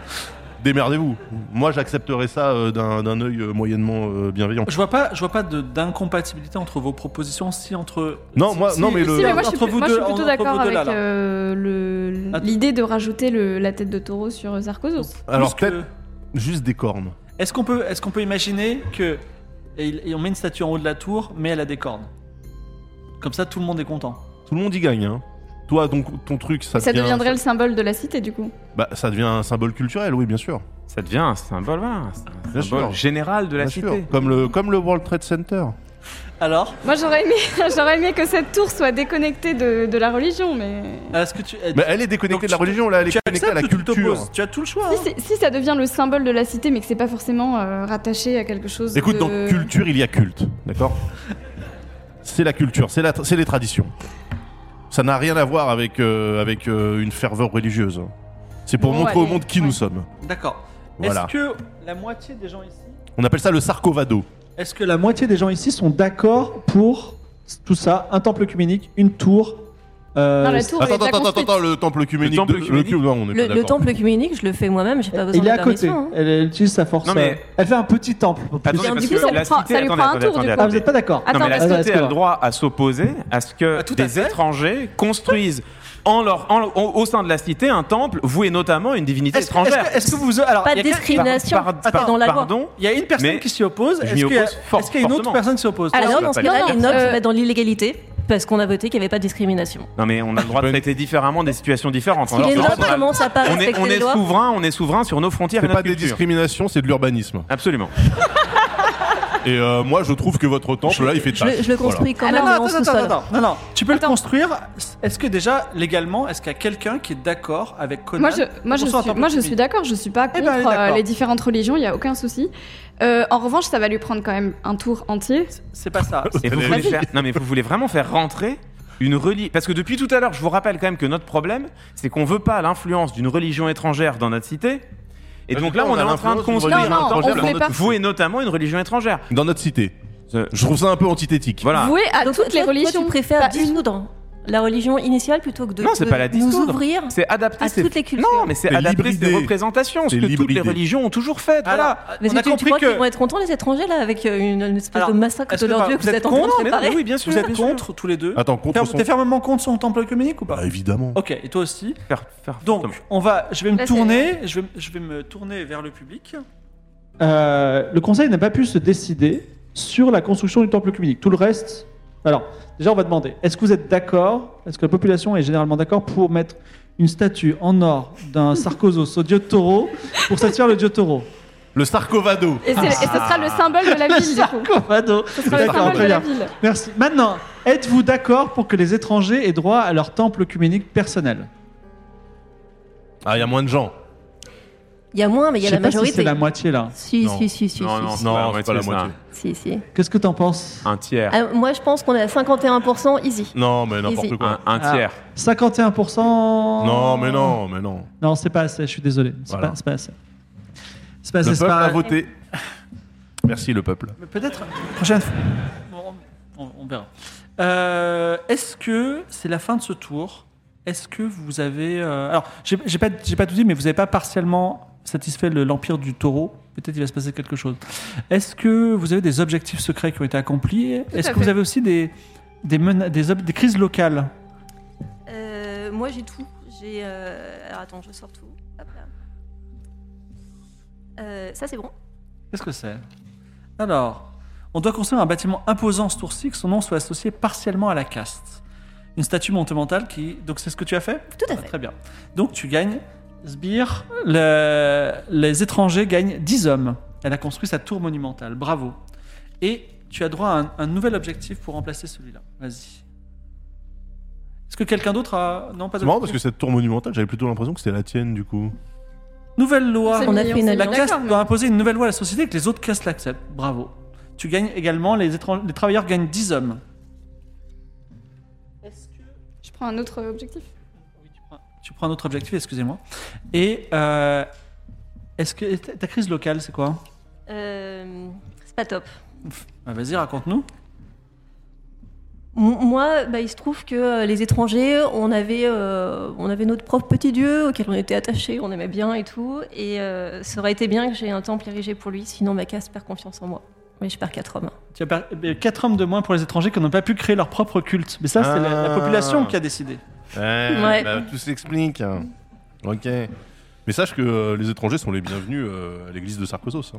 [SPEAKER 4] Démerdez-vous. Moi, j'accepterais ça euh, d'un d'un œil euh, moyennement euh, bienveillant.
[SPEAKER 1] Je vois pas, je vois pas de- d'incompatibilité entre vos propositions si entre.
[SPEAKER 4] Non,
[SPEAKER 1] si-
[SPEAKER 4] moi-
[SPEAKER 1] si-
[SPEAKER 4] non, mais
[SPEAKER 1] si,
[SPEAKER 4] le-
[SPEAKER 5] Si, mais moi, je suis,
[SPEAKER 1] entre vous
[SPEAKER 5] moi, je
[SPEAKER 1] deux,
[SPEAKER 5] suis plutôt
[SPEAKER 1] entre
[SPEAKER 5] d'accord
[SPEAKER 1] vous deux
[SPEAKER 5] avec
[SPEAKER 1] là, là.
[SPEAKER 5] euh, le-
[SPEAKER 4] Ah,
[SPEAKER 1] Attends.
[SPEAKER 5] l'idée de rajouter le- la tête de taureau sur Sarkozos.
[SPEAKER 4] Alors,
[SPEAKER 1] Plus que-
[SPEAKER 4] peut-être juste des cornes.
[SPEAKER 1] Est-ce qu'on peut, est-ce qu'on peut imaginer que et il- et on met une statue en haut de la tour, mais elle a des cornes. Comme ça, tout le monde est content.
[SPEAKER 4] Tout le monde y gagne. Hein. Toi, donc, ton truc, ça,
[SPEAKER 5] Ça
[SPEAKER 4] devient,
[SPEAKER 5] deviendrait le symbole de la cité, du coup.
[SPEAKER 4] bah, ça devient un symbole culturel, oui, bien sûr.
[SPEAKER 2] Ça devient un symbole, voilà, un symbole
[SPEAKER 4] Bien sûr.
[SPEAKER 2] général de la
[SPEAKER 4] Bien sûr.
[SPEAKER 2] cité.
[SPEAKER 4] Comme le, comme le World Trade Center.
[SPEAKER 1] Alors,
[SPEAKER 5] Moi, j'aurais aimé, j'aurais aimé que cette tour soit déconnectée de, de la religion, mais.
[SPEAKER 1] est-ce que tu,
[SPEAKER 4] Mais elle est
[SPEAKER 1] Donc,
[SPEAKER 4] déconnectée de la
[SPEAKER 1] tu-
[SPEAKER 4] religion, là, elle
[SPEAKER 1] tu
[SPEAKER 4] est connectée à la
[SPEAKER 1] acceptes ou tu
[SPEAKER 4] culture.
[SPEAKER 1] t'opposes Tu as tout le choix.
[SPEAKER 5] Si,
[SPEAKER 1] hein.
[SPEAKER 5] c'est- si ça devient le symbole de la cité, mais que c'est pas forcément euh, rattaché à quelque chose.
[SPEAKER 4] Écoute,
[SPEAKER 5] de-
[SPEAKER 4] donc culture, il y a culte, d'accord C'est la culture, c'est la tra- c'est les traditions. Ça n'a rien à voir avec, euh, avec euh, une ferveur religieuse. C'est pour
[SPEAKER 5] Bon,
[SPEAKER 4] montrer au
[SPEAKER 5] allez,
[SPEAKER 4] monde qui
[SPEAKER 5] ouais.
[SPEAKER 4] nous sommes.
[SPEAKER 1] D'accord.
[SPEAKER 4] Voilà.
[SPEAKER 1] Est-ce que la moitié des gens ici,
[SPEAKER 4] On appelle ça le sarcovado.
[SPEAKER 1] est-ce que
[SPEAKER 6] que la moitié des gens ici sont d'accord pour tout ça, un temple œcuménique, une tour. euh,
[SPEAKER 5] Non, la tour, elle est
[SPEAKER 4] Attends,
[SPEAKER 5] déjà
[SPEAKER 4] attends, attends,
[SPEAKER 5] construite.
[SPEAKER 4] attends, le temple œcuménique.
[SPEAKER 2] Le temple
[SPEAKER 4] de-
[SPEAKER 2] œcuménique.
[SPEAKER 4] cube- non, on est
[SPEAKER 3] le,
[SPEAKER 4] pas
[SPEAKER 3] le
[SPEAKER 4] d'accord.
[SPEAKER 3] temple œcuménique, je le fais moi-même, j'ai pas besoin
[SPEAKER 6] il
[SPEAKER 3] de
[SPEAKER 6] est à côté.
[SPEAKER 3] permission. hein.
[SPEAKER 6] Elle, elle utilise sa force.
[SPEAKER 2] Non, mais-
[SPEAKER 6] euh, Elle fait un petit temple. pour plus-
[SPEAKER 2] Attendez,
[SPEAKER 3] du
[SPEAKER 2] parce
[SPEAKER 3] coup,
[SPEAKER 2] que
[SPEAKER 3] ça
[SPEAKER 2] la
[SPEAKER 5] lui prend-
[SPEAKER 2] cité-
[SPEAKER 5] ça
[SPEAKER 2] attendez,
[SPEAKER 5] lui prend un
[SPEAKER 2] attendez,
[SPEAKER 5] tour, du
[SPEAKER 2] attendez,
[SPEAKER 5] coup.
[SPEAKER 6] Ah, vous n'êtes pas d'accord
[SPEAKER 5] Attends,
[SPEAKER 2] Non, mais la
[SPEAKER 5] parce
[SPEAKER 6] que-
[SPEAKER 2] cité a le droit à s'opposer à ce que
[SPEAKER 1] Ah, tout à
[SPEAKER 2] des
[SPEAKER 1] fait.
[SPEAKER 2] étrangers construisent en leur, en- au- au sein de la cité un temple voué notamment à une divinité
[SPEAKER 1] est-ce que, est-ce
[SPEAKER 2] étrangère.
[SPEAKER 1] que- est-ce que vous alors
[SPEAKER 3] Pas
[SPEAKER 1] il y
[SPEAKER 3] de
[SPEAKER 1] a quel-
[SPEAKER 3] discrimination
[SPEAKER 2] par-
[SPEAKER 3] c'est
[SPEAKER 2] par-
[SPEAKER 3] dans la loi.
[SPEAKER 2] Pardon
[SPEAKER 1] Il y a une personne
[SPEAKER 2] Mais
[SPEAKER 1] qui s'y oppose.
[SPEAKER 2] je
[SPEAKER 1] Est-ce
[SPEAKER 2] m'y
[SPEAKER 1] qu'il y a,
[SPEAKER 2] oppose fort-
[SPEAKER 1] est-ce qu'il y a une autre
[SPEAKER 2] fortement.
[SPEAKER 1] personne qui s'y oppose
[SPEAKER 3] Alors
[SPEAKER 2] je
[SPEAKER 3] dans ce
[SPEAKER 2] l'appelle
[SPEAKER 3] cas-là,
[SPEAKER 5] pas
[SPEAKER 3] les nobles
[SPEAKER 5] la-
[SPEAKER 3] se
[SPEAKER 5] Euh,
[SPEAKER 3] mettent dans l'illégalité parce qu'on a voté qu'il n'y avait pas de discrimination.
[SPEAKER 2] Non, mais on a le droit de traiter différemment des situations différentes.
[SPEAKER 3] Si
[SPEAKER 2] Alors,
[SPEAKER 3] les
[SPEAKER 2] c'est
[SPEAKER 3] nobles
[SPEAKER 2] normal.
[SPEAKER 3] commencent à pas
[SPEAKER 2] on est,
[SPEAKER 3] respecter
[SPEAKER 2] on
[SPEAKER 3] les
[SPEAKER 2] est
[SPEAKER 3] lois,
[SPEAKER 2] souverain, on est souverain sur nos frontières et
[SPEAKER 4] C'est
[SPEAKER 2] notre
[SPEAKER 4] pas des
[SPEAKER 2] culture.
[SPEAKER 4] discriminations, c'est de l'urbanisme.
[SPEAKER 2] Absolument.
[SPEAKER 4] Et euh, moi, je trouve que votre temple, là, il fait
[SPEAKER 3] je, le-
[SPEAKER 4] tâche.
[SPEAKER 3] je le
[SPEAKER 4] Voilà.
[SPEAKER 3] construis quand
[SPEAKER 1] Ah,
[SPEAKER 3] même
[SPEAKER 1] non,
[SPEAKER 3] en
[SPEAKER 1] attends,
[SPEAKER 3] sous-sol.
[SPEAKER 1] attends, attends, non, non. Tu peux le construire. Est-ce que déjà, légalement, est-ce qu'il y a quelqu'un qui est d'accord avec Conan
[SPEAKER 5] Moi je,
[SPEAKER 4] hein.
[SPEAKER 5] moi, je
[SPEAKER 1] pour son
[SPEAKER 5] suis,
[SPEAKER 1] temple
[SPEAKER 5] moi je suis
[SPEAKER 1] œcuménique
[SPEAKER 5] d'accord, je suis pas
[SPEAKER 1] Eh
[SPEAKER 5] contre
[SPEAKER 1] ben,
[SPEAKER 5] euh,
[SPEAKER 1] d'accord.
[SPEAKER 5] les différentes religions, il n'y a aucun souci. Euh, en revanche, ça va lui prendre quand même un tour entier.
[SPEAKER 1] C'est pas ça. Ah
[SPEAKER 2] Et vous
[SPEAKER 4] Allez.
[SPEAKER 2] voulez faire- Non, mais vous voulez vraiment faire rentrer une religion. Parce que depuis tout à l'heure, je vous rappelle quand même que notre problème, c'est qu'on veut pas l'influence d'une religion étrangère dans notre cité. Et
[SPEAKER 4] Bah,
[SPEAKER 2] donc
[SPEAKER 4] c'est
[SPEAKER 2] là,
[SPEAKER 4] pas,
[SPEAKER 2] on
[SPEAKER 4] on
[SPEAKER 2] est
[SPEAKER 4] a
[SPEAKER 2] en train de
[SPEAKER 4] l'influence d'une
[SPEAKER 2] construire
[SPEAKER 5] religion
[SPEAKER 2] un
[SPEAKER 5] étrangère dans
[SPEAKER 2] temple
[SPEAKER 5] notre cité.
[SPEAKER 2] voué notamment à une religion étrangère.
[SPEAKER 4] Dans notre cité.
[SPEAKER 2] Ce-
[SPEAKER 4] Euh, Je trouve ça un peu antithétique.
[SPEAKER 6] Ah.
[SPEAKER 2] Voilà.
[SPEAKER 5] Voué à
[SPEAKER 3] Donc
[SPEAKER 5] toutes les
[SPEAKER 3] toi,
[SPEAKER 5] religions. Bah,
[SPEAKER 3] toi, tu préfères
[SPEAKER 5] Pas une.
[SPEAKER 3] dissoudre la religion initiale plutôt que de,
[SPEAKER 2] Non, c'est
[SPEAKER 3] de
[SPEAKER 2] pas la
[SPEAKER 3] nous
[SPEAKER 2] dissoudre.
[SPEAKER 3] ouvrir
[SPEAKER 2] C'est adapté
[SPEAKER 3] à
[SPEAKER 2] c'est-
[SPEAKER 3] toutes les cultures.
[SPEAKER 2] Non, mais c'est
[SPEAKER 4] C'est
[SPEAKER 2] adapté
[SPEAKER 4] libridé.
[SPEAKER 2] ses représentations, ce
[SPEAKER 4] C'est
[SPEAKER 2] que toutes les
[SPEAKER 4] libridé.
[SPEAKER 2] religions ont toujours fait.
[SPEAKER 1] Alors,
[SPEAKER 2] Voilà.
[SPEAKER 3] Mais
[SPEAKER 1] on a
[SPEAKER 3] tu, tu
[SPEAKER 1] compris
[SPEAKER 3] crois
[SPEAKER 1] que.
[SPEAKER 3] qu'ils vont être contents les étrangers là avec euh, une, une espèce
[SPEAKER 1] Alors,
[SPEAKER 3] de massacre
[SPEAKER 1] est-ce
[SPEAKER 3] de
[SPEAKER 1] que
[SPEAKER 3] leur
[SPEAKER 1] par-
[SPEAKER 3] dieu que
[SPEAKER 1] vous
[SPEAKER 3] vous
[SPEAKER 1] êtes
[SPEAKER 3] êtes en train de
[SPEAKER 1] contre,
[SPEAKER 2] Mais non,
[SPEAKER 3] préparer
[SPEAKER 2] oui, bien sûr.
[SPEAKER 1] Vous êtes
[SPEAKER 2] bien sûr.
[SPEAKER 1] contre tous les deux
[SPEAKER 4] Attends,
[SPEAKER 1] T'es
[SPEAKER 4] contre son...
[SPEAKER 1] t'es fermement contre son temple œcuménique ou pas
[SPEAKER 2] Ah
[SPEAKER 4] Bah, évidemment.
[SPEAKER 1] Ok, et toi aussi.
[SPEAKER 2] Faire- faire-
[SPEAKER 1] Donc, on va, je vais me
[SPEAKER 5] Là, c'est-
[SPEAKER 1] tourner, je vais, je vais me tourner vers le public.
[SPEAKER 6] Euh, le conseil n'a pas pu se décider sur la construction du temple œcuménique. Tout le reste. Alors, déjà, on va demander est-ce que vous êtes d'accord Est-ce que la population est généralement d'accord pour mettre une statue en or d'un sarcosos au dieu taureau pour satisfaire le dieu taureau
[SPEAKER 4] Le sarcovado.
[SPEAKER 5] Et, c'est- et ce sera le symbole de la ville, du coup.
[SPEAKER 6] Corrado.
[SPEAKER 5] Ce sera le
[SPEAKER 6] Ah. D'accord,
[SPEAKER 5] symbole
[SPEAKER 6] très
[SPEAKER 5] de la
[SPEAKER 6] bien.
[SPEAKER 5] ville.
[SPEAKER 6] Merci. Maintenant, êtes-vous d'accord pour que les étrangers aient droit à leur temple œcuménique personnel
[SPEAKER 4] Ah, il y a moins de gens.
[SPEAKER 3] Il y a moins, mais il y
[SPEAKER 6] Je sais
[SPEAKER 3] a la
[SPEAKER 6] pas si
[SPEAKER 3] majorité.
[SPEAKER 6] c'est la moitié là.
[SPEAKER 3] Si,
[SPEAKER 4] Non.
[SPEAKER 3] si, si, si,
[SPEAKER 2] Non,
[SPEAKER 3] si,
[SPEAKER 2] non,
[SPEAKER 3] si,
[SPEAKER 2] non.
[SPEAKER 4] Non,
[SPEAKER 2] la
[SPEAKER 4] c'est pas la
[SPEAKER 2] moitié, ça.
[SPEAKER 3] si,
[SPEAKER 4] moitié.
[SPEAKER 3] si.
[SPEAKER 6] Qu'est-ce que t'en penses
[SPEAKER 2] Un tiers.
[SPEAKER 3] Ah, moi, je pense qu'on est à 51% easy.
[SPEAKER 4] Non, mais n'importe
[SPEAKER 3] Easy. Ah.
[SPEAKER 2] Un, un
[SPEAKER 4] quoi.
[SPEAKER 6] Ah.
[SPEAKER 2] tiers.
[SPEAKER 6] 51%
[SPEAKER 4] Non, mais non, mais non.
[SPEAKER 6] Non, c'est pas assez, je suis désolé. C'est
[SPEAKER 4] Voilà.
[SPEAKER 6] pas, c'est pas assez. C'est pas assez,
[SPEAKER 4] Le
[SPEAKER 6] c'est
[SPEAKER 4] peuple
[SPEAKER 6] pas-
[SPEAKER 4] a voté. Merci le peuple.
[SPEAKER 1] Mais peut-être prochaine fois. Bon, on, on verra. Euh, Est-ce que c'est la fin de ce tour Est-ce que vous avez euh, alors j'ai j'ai pas j'ai pas tout dit, mais vous n'avez pas partiellement satisfait le- l'empire du Taureau. Peut-être il va se passer quelque chose. Est-ce que vous avez des objectifs secrets qui ont été accomplis
[SPEAKER 5] Tout
[SPEAKER 1] Est-ce
[SPEAKER 5] à
[SPEAKER 1] que vous
[SPEAKER 5] fait.
[SPEAKER 1] avez aussi des des, mena- des, ob- des crises locales
[SPEAKER 3] Euh, moi, j'ai tout. J'ai. euh, Alors attends, je sors tout. Hop là. Euh, ça, c'est bon.
[SPEAKER 1] Qu'est-ce que c'est Alors, on doit construire un bâtiment imposant ce tour-ci que son nom soit associé partiellement à la caste. Une statue monumentale qui. Donc, c'est ce que tu as fait
[SPEAKER 3] Tout à
[SPEAKER 1] Ah,
[SPEAKER 3] fait.
[SPEAKER 1] Très bien. Donc, tu gagnes sbire, le- les étrangers gagnent 10 hommes. Elle a construit sa tour monumentale. Bravo. Et tu as droit à un, un nouvel objectif pour remplacer celui-là. Vas-y. Est-ce que quelqu'un d'autre a. Non, pas
[SPEAKER 4] C'est marrant parce que cette tour monumentale, j'avais plutôt l'impression que c'était la tienne du coup.
[SPEAKER 1] Nouvelle loi.
[SPEAKER 3] On a fait une
[SPEAKER 1] La
[SPEAKER 3] D'accord,
[SPEAKER 1] classe doit imposer une nouvelle loi à la société et que les autres classes l'acceptent. Bravo. Tu gagnes également, les, étran- les travailleurs gagnent 10 hommes.
[SPEAKER 5] Je prends un autre objectif.
[SPEAKER 1] Tu prends un autre objectif, excusez-moi. Et euh, est-ce que ta ta crise locale, c'est quoi
[SPEAKER 3] Euh, c'est pas top.
[SPEAKER 1] Ah, Vas-y, raconte-nous.
[SPEAKER 3] M- Moi, bah, il se trouve que euh, les étrangers, on avait, euh, on avait notre propre petit dieu auquel on était attaché, on aimait bien et tout. Et euh, ça aurait été bien que j'ai un temple érigé pour lui, sinon ma casse perd confiance en moi. Mais je perds quatre hommes.
[SPEAKER 1] Tu as 4 hommes de moins pour les étrangers qui n'ont pas pu créer leur propre culte. Mais ça, c'est la, la
[SPEAKER 4] Ah.
[SPEAKER 1] population qui a décidé.
[SPEAKER 3] Ouais.
[SPEAKER 4] bah, tout s'explique. Ok. Mais sache que euh, les étrangers sont les bienvenus euh, à l'église de Sarkozos. hein.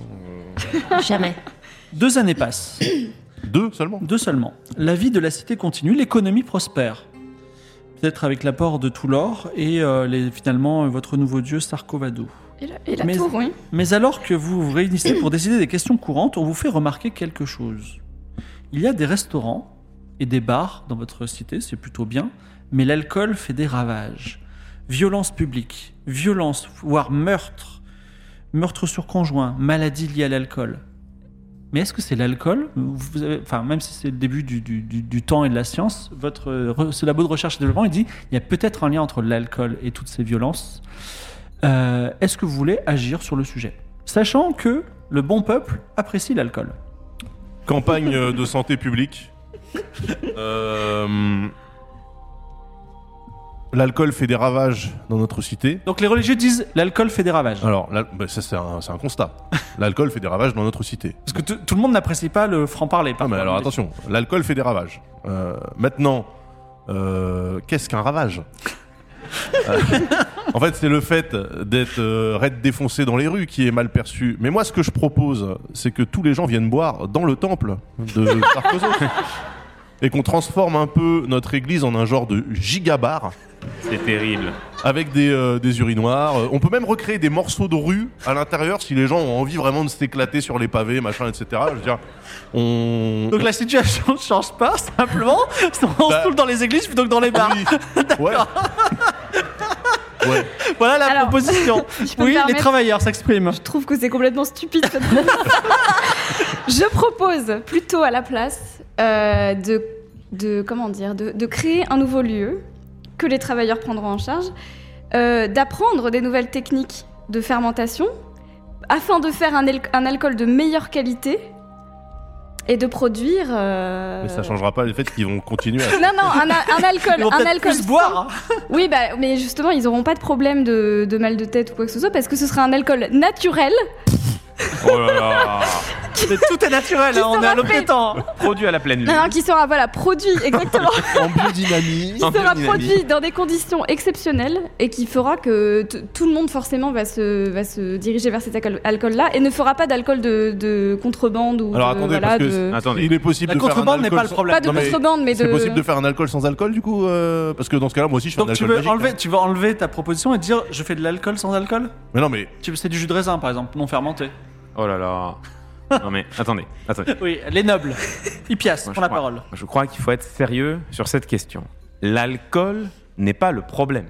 [SPEAKER 4] Euh,
[SPEAKER 3] Jamais.
[SPEAKER 1] Deux années passent.
[SPEAKER 4] deux seulement.
[SPEAKER 1] Deux seulement. La vie de la cité continue, l'économie prospère. Peut-être avec l'apport de tout l'or et euh, les- finalement euh, votre nouveau dieu Sarkovado.
[SPEAKER 5] Et la, et la
[SPEAKER 1] Mais-
[SPEAKER 5] tour, oui.
[SPEAKER 1] Mais alors que vous vous réunissez pour décider des questions courantes, on vous fait remarquer quelque chose. Il y a des restaurants et des bars dans votre cité, c'est plutôt bien, mais l'alcool fait des ravages. Violence publique, violence, voire meurtre, meurtre sur conjoint, maladie liée à l'alcool. Mais est-ce que c'est l'alcool Vous avez- Enfin, même si c'est le début du, du- du- du temps et de la science, votre euh, re- ce labo de recherche et développement, il dit il y a peut-être un lien entre l'alcool et toutes ces violences. Euh, est-ce que vous voulez agir sur le sujet Sachant que le bon peuple apprécie l'alcool.
[SPEAKER 4] Campagne euh, de santé publique. Euh, L'alcool fait des ravages dans notre cité.
[SPEAKER 1] Donc les religieux disent l'alcool fait des ravages.
[SPEAKER 4] Alors, là, bah, ça c'est un, c'est un constat. L'alcool fait des ravages dans notre cité.
[SPEAKER 1] Parce que tout tout le monde n'apprécie pas le franc-parler. par
[SPEAKER 4] Ah, mais
[SPEAKER 1] contre.
[SPEAKER 4] alors attention, l'alcool fait des ravages. Euh, maintenant, euh, qu'est-ce qu'un ravage Euh, En fait, c'est le fait d'être euh, raide défoncé dans les rues qui est mal perçu. Mais moi, ce que je propose, c'est que tous les gens viennent boire dans le temple de Sarkozy. Et qu'on transforme un peu notre église en un genre de gigabar
[SPEAKER 2] C'est terrible.
[SPEAKER 4] avec des, euh, des urinoirs. Euh, On peut même recréer des morceaux de rue à l'intérieur si les gens ont envie vraiment de s'éclater sur les pavés, machin, etc. Je veux dire, on,
[SPEAKER 1] Donc la situation ne change pas, simplement. On se
[SPEAKER 4] Bah.
[SPEAKER 1] trouve dans les églises plutôt que dans les bars.
[SPEAKER 4] Oui. Ouais. Ouais.
[SPEAKER 1] Voilà la
[SPEAKER 5] Alors,
[SPEAKER 1] proposition.
[SPEAKER 5] si je peux me
[SPEAKER 1] oui, les
[SPEAKER 5] permettre-
[SPEAKER 1] travailleurs s'expriment.
[SPEAKER 5] Je trouve que c'est complètement stupide. cette proposition. je propose plutôt à la place euh, de, de comment dire de, de créer un nouveau lieu que les travailleurs prendront en charge, euh, d'apprendre des nouvelles techniques de fermentation afin de faire un, al- un alcool de meilleure qualité et de produire. euh,
[SPEAKER 4] Mais ça changera pas le fait qu'ils vont continuer à.
[SPEAKER 5] Non, non, un, a- un alcool,
[SPEAKER 1] Ils vont
[SPEAKER 5] un
[SPEAKER 1] peut-être
[SPEAKER 5] alcool
[SPEAKER 1] plus boire.
[SPEAKER 5] Oui, bah, mais justement, ils n'auront pas de problème de, de mal de tête ou quoi que ce soit parce que ce sera un alcool naturel
[SPEAKER 2] Oh là là.
[SPEAKER 1] Mais tout est naturel,
[SPEAKER 5] Qui
[SPEAKER 1] hein, on est à
[SPEAKER 5] sera
[SPEAKER 1] l'obétant.
[SPEAKER 2] Produit à la pleine lune.
[SPEAKER 5] Non, non, qui sera voilà, produit, exactement.
[SPEAKER 4] En biodynamie.
[SPEAKER 5] qui
[SPEAKER 2] En
[SPEAKER 5] sera
[SPEAKER 2] biodynamie.
[SPEAKER 5] produit dans des conditions exceptionnelles et qui fera que t- tout le monde forcément va se, va se diriger vers cet alcool- alcool-là et ne fera pas d'alcool de, de contrebande ou
[SPEAKER 4] Alors
[SPEAKER 5] de,
[SPEAKER 4] attendez,
[SPEAKER 5] euh, voilà,
[SPEAKER 4] parce que
[SPEAKER 5] de-
[SPEAKER 2] Attendez.
[SPEAKER 4] Il est possible
[SPEAKER 1] La
[SPEAKER 4] de faire un
[SPEAKER 1] contrebande n'est
[SPEAKER 4] alcool
[SPEAKER 1] pas le
[SPEAKER 4] sans-
[SPEAKER 1] problème.
[SPEAKER 5] pas de
[SPEAKER 4] Non, mais
[SPEAKER 5] contrebande, mais de...
[SPEAKER 4] C'est possible de faire un alcool sans alcool du coup euh, Parce que dans ce cas-là, moi aussi, je fais un
[SPEAKER 1] Donc tu
[SPEAKER 4] alcool
[SPEAKER 1] veux,
[SPEAKER 4] magique,
[SPEAKER 1] enlever,
[SPEAKER 4] hein.
[SPEAKER 1] tu veux enlever ta proposition et dire je fais de l'alcool sans alcool
[SPEAKER 4] Mais non, mais
[SPEAKER 1] Tu- C'est du jus de raisin par exemple, non fermenté.
[SPEAKER 2] Oh là là. Non mais attendez, attendez.
[SPEAKER 1] Oui, les nobles. Hippias, prends
[SPEAKER 2] Moi, je
[SPEAKER 1] la
[SPEAKER 2] crois-
[SPEAKER 1] parole.
[SPEAKER 2] Je crois qu'il faut être sérieux sur cette question. L'alcool n'est pas le problème.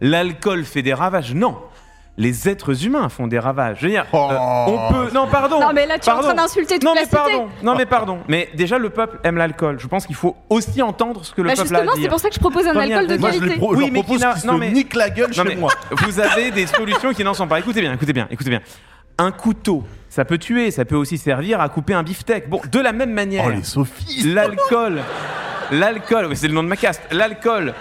[SPEAKER 2] L'alcool fait des ravages, non. Les êtres humains font des ravages. Je veux dire,
[SPEAKER 4] Oh.
[SPEAKER 2] euh, on peut. Non, pardon.
[SPEAKER 5] Non, mais là, tu es en
[SPEAKER 2] pardon.
[SPEAKER 5] train d'insulter toute
[SPEAKER 2] non,
[SPEAKER 5] la
[SPEAKER 2] mais
[SPEAKER 5] cité.
[SPEAKER 2] pardon. Non, mais pardon. Mais déjà, le peuple aime l'alcool. Je pense qu'il faut aussi entendre ce que le
[SPEAKER 5] Bah,
[SPEAKER 2] peuple a
[SPEAKER 5] justement,
[SPEAKER 2] à
[SPEAKER 5] c'est
[SPEAKER 2] dire.
[SPEAKER 5] pour ça que je propose un
[SPEAKER 2] Première
[SPEAKER 5] alcool de
[SPEAKER 2] raison.
[SPEAKER 4] moi, je,
[SPEAKER 5] qualité.
[SPEAKER 4] lui pro- je
[SPEAKER 2] Oui,
[SPEAKER 4] leur
[SPEAKER 2] mais
[SPEAKER 4] propose
[SPEAKER 2] qui n'a-
[SPEAKER 4] qu'ils se
[SPEAKER 2] non, mais-
[SPEAKER 4] niquent la gueule
[SPEAKER 2] Non,
[SPEAKER 4] chez
[SPEAKER 2] mais
[SPEAKER 4] moi.
[SPEAKER 2] Vous avez des solutions qui n'en sont pas. Écoutez bien, écoutez bien, écoutez bien. Un couteau, ça peut tuer, ça peut aussi servir à couper un beefsteak. Bon, de la même manière.
[SPEAKER 4] Oh, les sophistes
[SPEAKER 2] L'alcool. L'alcool, mais c'est le nom de ma caste. L'alcool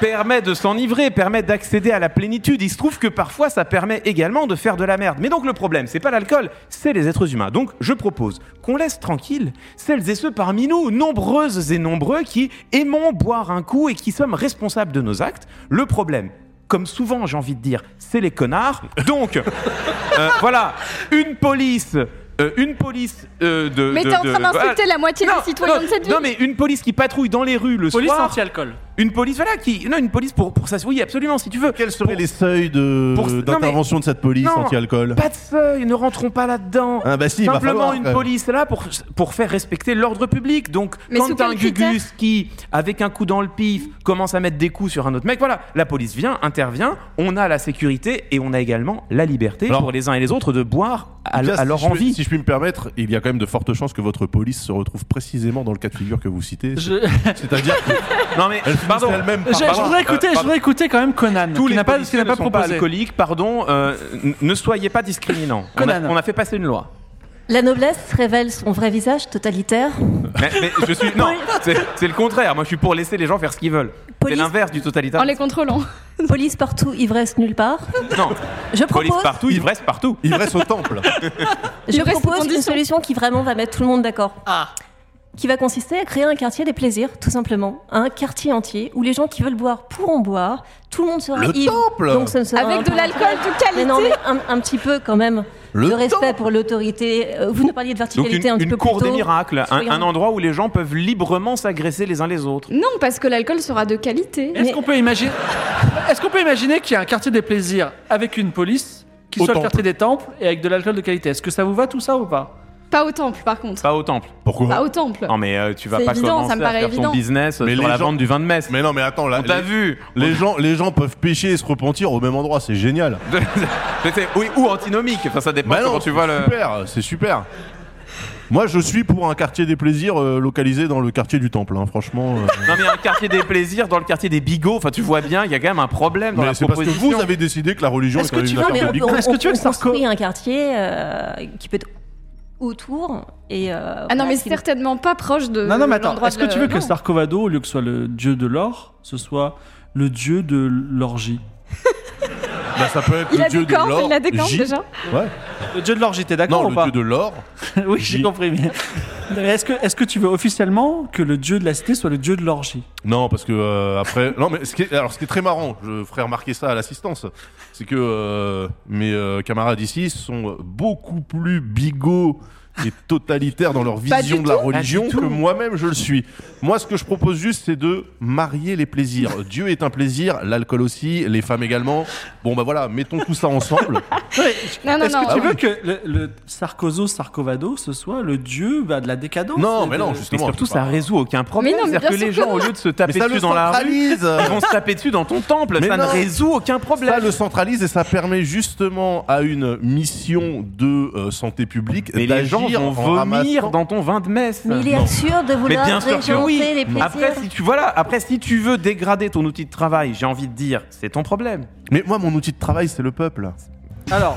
[SPEAKER 2] permet de s'enivrer, permet d'accéder à la plénitude. Il se trouve que parfois, ça permet également de faire de la merde. Mais donc le problème, c'est pas l'alcool, c'est les êtres humains. Donc je propose qu'on laisse tranquille celles et ceux parmi nous, nombreuses et nombreux, qui aimons boire un coup et qui sommes responsables de nos actes. Le problème, comme souvent j'ai envie de dire, c'est les connards. Donc euh, voilà, une police, euh, une police euh, de.
[SPEAKER 5] Mais
[SPEAKER 2] de-
[SPEAKER 5] t'es en
[SPEAKER 2] de-
[SPEAKER 5] train d'insulter
[SPEAKER 2] voilà.
[SPEAKER 5] la moitié des
[SPEAKER 2] Non,
[SPEAKER 5] citoyens
[SPEAKER 2] non,
[SPEAKER 5] de cette
[SPEAKER 2] non,
[SPEAKER 5] ville.
[SPEAKER 2] mais une police qui patrouille dans les rues le
[SPEAKER 1] Police
[SPEAKER 2] soir.
[SPEAKER 1] anti-alcool.
[SPEAKER 2] Une police, voilà, qui. Non, une police pour, pour ça. Oui, absolument, si tu veux.
[SPEAKER 4] Quels seraient
[SPEAKER 2] Pour-
[SPEAKER 4] les seuils de-
[SPEAKER 2] Pour- non, mais-
[SPEAKER 4] d'intervention de cette police
[SPEAKER 2] Non.
[SPEAKER 4] anti-alcool
[SPEAKER 2] Pas de feuilles, ne rentrons pas là-dedans.
[SPEAKER 4] Ah bah si, il va
[SPEAKER 2] Simplement
[SPEAKER 4] falloir,
[SPEAKER 2] une
[SPEAKER 4] quand même.
[SPEAKER 2] police là pour, pour faire respecter l'ordre public. Donc
[SPEAKER 5] Mais
[SPEAKER 2] quand
[SPEAKER 5] sous
[SPEAKER 2] t'as un
[SPEAKER 5] quel critère
[SPEAKER 2] gugus qui, avec un coup dans le pif, commence à mettre des coups sur un autre mec, voilà, la police vient, intervient, on a la sécurité et on a également la liberté
[SPEAKER 4] Alors-
[SPEAKER 2] pour les uns et les autres de boire à,
[SPEAKER 4] Lucas,
[SPEAKER 2] à leur
[SPEAKER 4] si je peux-
[SPEAKER 2] envie.
[SPEAKER 4] si je puis me permettre, il y a quand même de fortes chances que votre police se retrouve précisément dans le cas de figure que vous citez.
[SPEAKER 1] Je,
[SPEAKER 4] C'est-à-dire
[SPEAKER 2] Non mais,
[SPEAKER 4] qu'elle finit
[SPEAKER 2] pardon.
[SPEAKER 4] elle-même
[SPEAKER 1] je-
[SPEAKER 4] par...
[SPEAKER 1] je
[SPEAKER 2] pardon,
[SPEAKER 1] voudrais, écouter,
[SPEAKER 2] euh,
[SPEAKER 1] je voudrais écouter quand même Conan,
[SPEAKER 2] Tous
[SPEAKER 1] qui
[SPEAKER 2] les
[SPEAKER 1] n'a pas, qui
[SPEAKER 2] policiers
[SPEAKER 1] n'a
[SPEAKER 2] ne
[SPEAKER 1] pas
[SPEAKER 2] sont pas
[SPEAKER 1] proposé.
[SPEAKER 2] alcooliques, pardon, euh, n- ne soyez pas discriminants. On a,
[SPEAKER 1] Conan.
[SPEAKER 2] on a fait passer une loi.
[SPEAKER 3] La noblesse révèle son vrai visage totalitaire.
[SPEAKER 2] Mais, mais je suis non, c'est c'est le contraire. Moi, je suis pour laisser les gens faire ce qu'ils veulent. C'est
[SPEAKER 3] Police-
[SPEAKER 2] l'inverse du
[SPEAKER 5] En
[SPEAKER 2] totalitaire.
[SPEAKER 5] les contrôlant.
[SPEAKER 3] Police partout, ivresse nulle part.
[SPEAKER 2] Non,
[SPEAKER 3] Je
[SPEAKER 2] police
[SPEAKER 3] propose,
[SPEAKER 2] partout, ivresse partout.
[SPEAKER 4] Ivresse au temple.
[SPEAKER 3] je
[SPEAKER 5] Ivresse
[SPEAKER 3] propose
[SPEAKER 5] condition.
[SPEAKER 3] une solution qui vraiment va mettre tout le monde d'accord.
[SPEAKER 5] Ah.
[SPEAKER 3] Qui va consister à créer un quartier des plaisirs, tout simplement. Un quartier entier où les gens qui veulent boire pourront boire. Tout le monde sera
[SPEAKER 4] Le
[SPEAKER 3] ivre.
[SPEAKER 4] temple
[SPEAKER 3] Donc ce ne sera
[SPEAKER 5] Avec de
[SPEAKER 3] un-
[SPEAKER 5] l'alcool de
[SPEAKER 3] Mais non, mais
[SPEAKER 5] qualité.
[SPEAKER 3] un, un petit peu quand même
[SPEAKER 4] Le
[SPEAKER 3] de respect
[SPEAKER 4] temple.
[SPEAKER 3] pour l'autorité. Euh, Vous nous parliez de
[SPEAKER 2] Donc une,
[SPEAKER 3] verticalité un petit
[SPEAKER 2] une
[SPEAKER 3] peu
[SPEAKER 2] cour
[SPEAKER 3] plus
[SPEAKER 2] des
[SPEAKER 3] tôt.
[SPEAKER 2] miracles, un,
[SPEAKER 3] Soyons-
[SPEAKER 2] un endroit où les gens peuvent librement s'agresser les uns les autres.
[SPEAKER 5] Non, parce que l'alcool sera de qualité.
[SPEAKER 1] Est-ce
[SPEAKER 3] Mais-
[SPEAKER 1] qu'on peut imaginer, est-ce qu'on peut imaginer qu'il y a un quartier des plaisirs avec une police qui
[SPEAKER 4] Au
[SPEAKER 1] soit le
[SPEAKER 4] temple.
[SPEAKER 1] quartier des temples et avec de l'alcool de qualité Est-ce que ça vous va tout ça ou pas
[SPEAKER 5] Pas au temple, par contre.
[SPEAKER 2] Pas au temple.
[SPEAKER 5] Pas
[SPEAKER 4] Pourquoi
[SPEAKER 5] au temple.
[SPEAKER 2] Non mais euh, tu vas
[SPEAKER 5] C'est
[SPEAKER 2] pas
[SPEAKER 5] évident,
[SPEAKER 2] commencer
[SPEAKER 5] ça me
[SPEAKER 2] à
[SPEAKER 5] paraît
[SPEAKER 2] faire ton
[SPEAKER 5] évident.
[SPEAKER 2] business euh,
[SPEAKER 4] Mais
[SPEAKER 2] sur
[SPEAKER 4] les
[SPEAKER 2] la
[SPEAKER 4] gens-
[SPEAKER 2] vente du vin de messe.
[SPEAKER 4] Mais non, mais attends, là,
[SPEAKER 2] On t'a
[SPEAKER 4] les,
[SPEAKER 2] vu.
[SPEAKER 4] les gens, les gens peuvent pécher et se repentir au même endroit, c'est génial.
[SPEAKER 2] C'était- oui, ou antinomique. Enfin, ça dépend
[SPEAKER 4] Bah non,
[SPEAKER 2] comment tu vois le.
[SPEAKER 4] Super, c'est super. Moi, je suis pour un quartier des plaisirs euh, localisé dans le quartier du temple, hein, franchement. euh.
[SPEAKER 2] Non mais un quartier des plaisirs dans le quartier des bigots. Enfin, tu vois bien, il y a quand même un problème dans
[SPEAKER 4] Mais
[SPEAKER 2] la
[SPEAKER 4] c'est parce que
[SPEAKER 2] proposition.
[SPEAKER 4] vous avez décidé que la religion
[SPEAKER 1] Est-ce
[SPEAKER 4] était
[SPEAKER 1] que tu
[SPEAKER 4] une
[SPEAKER 1] veux-
[SPEAKER 4] affaire
[SPEAKER 3] Non, mais
[SPEAKER 4] publique.
[SPEAKER 3] on, on-
[SPEAKER 1] Est-ce que tu veux
[SPEAKER 3] on
[SPEAKER 1] que ça
[SPEAKER 3] construit un quartier euh, qui peut être autour et. euh,
[SPEAKER 5] Ah
[SPEAKER 3] voilà,
[SPEAKER 5] non, mais
[SPEAKER 3] qui-
[SPEAKER 5] certainement pas proche de.
[SPEAKER 1] Non, non, mais attends,
[SPEAKER 5] Euh, l'endroit
[SPEAKER 1] est-ce
[SPEAKER 5] de-
[SPEAKER 1] que tu veux que
[SPEAKER 5] Non.
[SPEAKER 1] Sarkovado, au lieu que ce soit le dieu de l'or, ce soit le dieu de l'orgie
[SPEAKER 4] Bah, ça peut être
[SPEAKER 5] Il
[SPEAKER 4] le
[SPEAKER 5] a
[SPEAKER 4] dieu
[SPEAKER 5] des
[SPEAKER 4] de l'or.
[SPEAKER 5] cornes, il a des cornes
[SPEAKER 4] J.
[SPEAKER 5] déjà.
[SPEAKER 4] Ouais.
[SPEAKER 1] Le dieu de l'orgie, t'es
[SPEAKER 4] Non,
[SPEAKER 1] d'accord ou
[SPEAKER 4] le
[SPEAKER 1] pas
[SPEAKER 4] dieu de l'or.
[SPEAKER 1] Oui, j'ai
[SPEAKER 4] J.
[SPEAKER 1] compris. Mais... Non, mais Est-ce que, est que tu veux officiellement que le dieu de la cité soit le dieu de l'orgie
[SPEAKER 4] Non, parce que euh, après, non, mais ce qui est, alors ce qui est très marrant, je ferai remarquer ça à l'assistance, c'est que euh, mes euh, camarades ici sont beaucoup plus bigots et totalitaires dans leur vision
[SPEAKER 5] du
[SPEAKER 4] de la
[SPEAKER 5] tout.
[SPEAKER 4] religion
[SPEAKER 2] Pas du
[SPEAKER 4] que
[SPEAKER 2] tout.
[SPEAKER 4] moi-même je le suis. Moi, ce que je propose juste, c'est de marier les plaisirs. Dieu est un plaisir, l'alcool aussi, les femmes également. Bon, bah voilà, mettons tout ça ensemble.
[SPEAKER 5] Non, non,
[SPEAKER 1] Est-ce que
[SPEAKER 5] Ah non.
[SPEAKER 4] Bah
[SPEAKER 1] tu veux que le, le Sarkozo Sarkovado ce soit le dieu bah, de la décadence
[SPEAKER 4] Non,
[SPEAKER 1] et
[SPEAKER 4] mais
[SPEAKER 1] de-
[SPEAKER 4] non,
[SPEAKER 2] Mais
[SPEAKER 4] justement.
[SPEAKER 2] surtout,
[SPEAKER 4] c'est pas-
[SPEAKER 2] ça résout aucun problème.
[SPEAKER 5] Mais non, mais
[SPEAKER 2] C'est-à-dire
[SPEAKER 5] bien
[SPEAKER 2] que les
[SPEAKER 5] sûr que
[SPEAKER 2] gens, au
[SPEAKER 5] non.
[SPEAKER 2] lieu de se taper
[SPEAKER 4] Mais ça
[SPEAKER 2] dessus
[SPEAKER 4] le
[SPEAKER 2] dans la rue,
[SPEAKER 4] centralise.
[SPEAKER 2] ils vont se taper dessus dans ton temple.
[SPEAKER 4] Mais
[SPEAKER 2] ça ne
[SPEAKER 4] non.
[SPEAKER 2] résout aucun problème.
[SPEAKER 4] Ça le centralise et ça permet justement à une mission de euh, santé publique
[SPEAKER 2] Mais les gens
[SPEAKER 4] d'agir
[SPEAKER 2] vont
[SPEAKER 4] en
[SPEAKER 2] vomir
[SPEAKER 4] ramassant-
[SPEAKER 2] dans ton vin de messe.
[SPEAKER 3] Mais il est
[SPEAKER 4] Non.
[SPEAKER 3] absurde de
[SPEAKER 2] Mais
[SPEAKER 3] vouloir
[SPEAKER 2] bien sûr que
[SPEAKER 3] régenter
[SPEAKER 2] oui.
[SPEAKER 3] les plaisirs.
[SPEAKER 2] Après, si tu voilà, après si tu veux dégrader ton outil de travail, j'ai envie de dire, c'est ton problème.
[SPEAKER 4] Mais moi, mon outil de travail, c'est le peuple.
[SPEAKER 1] Alors,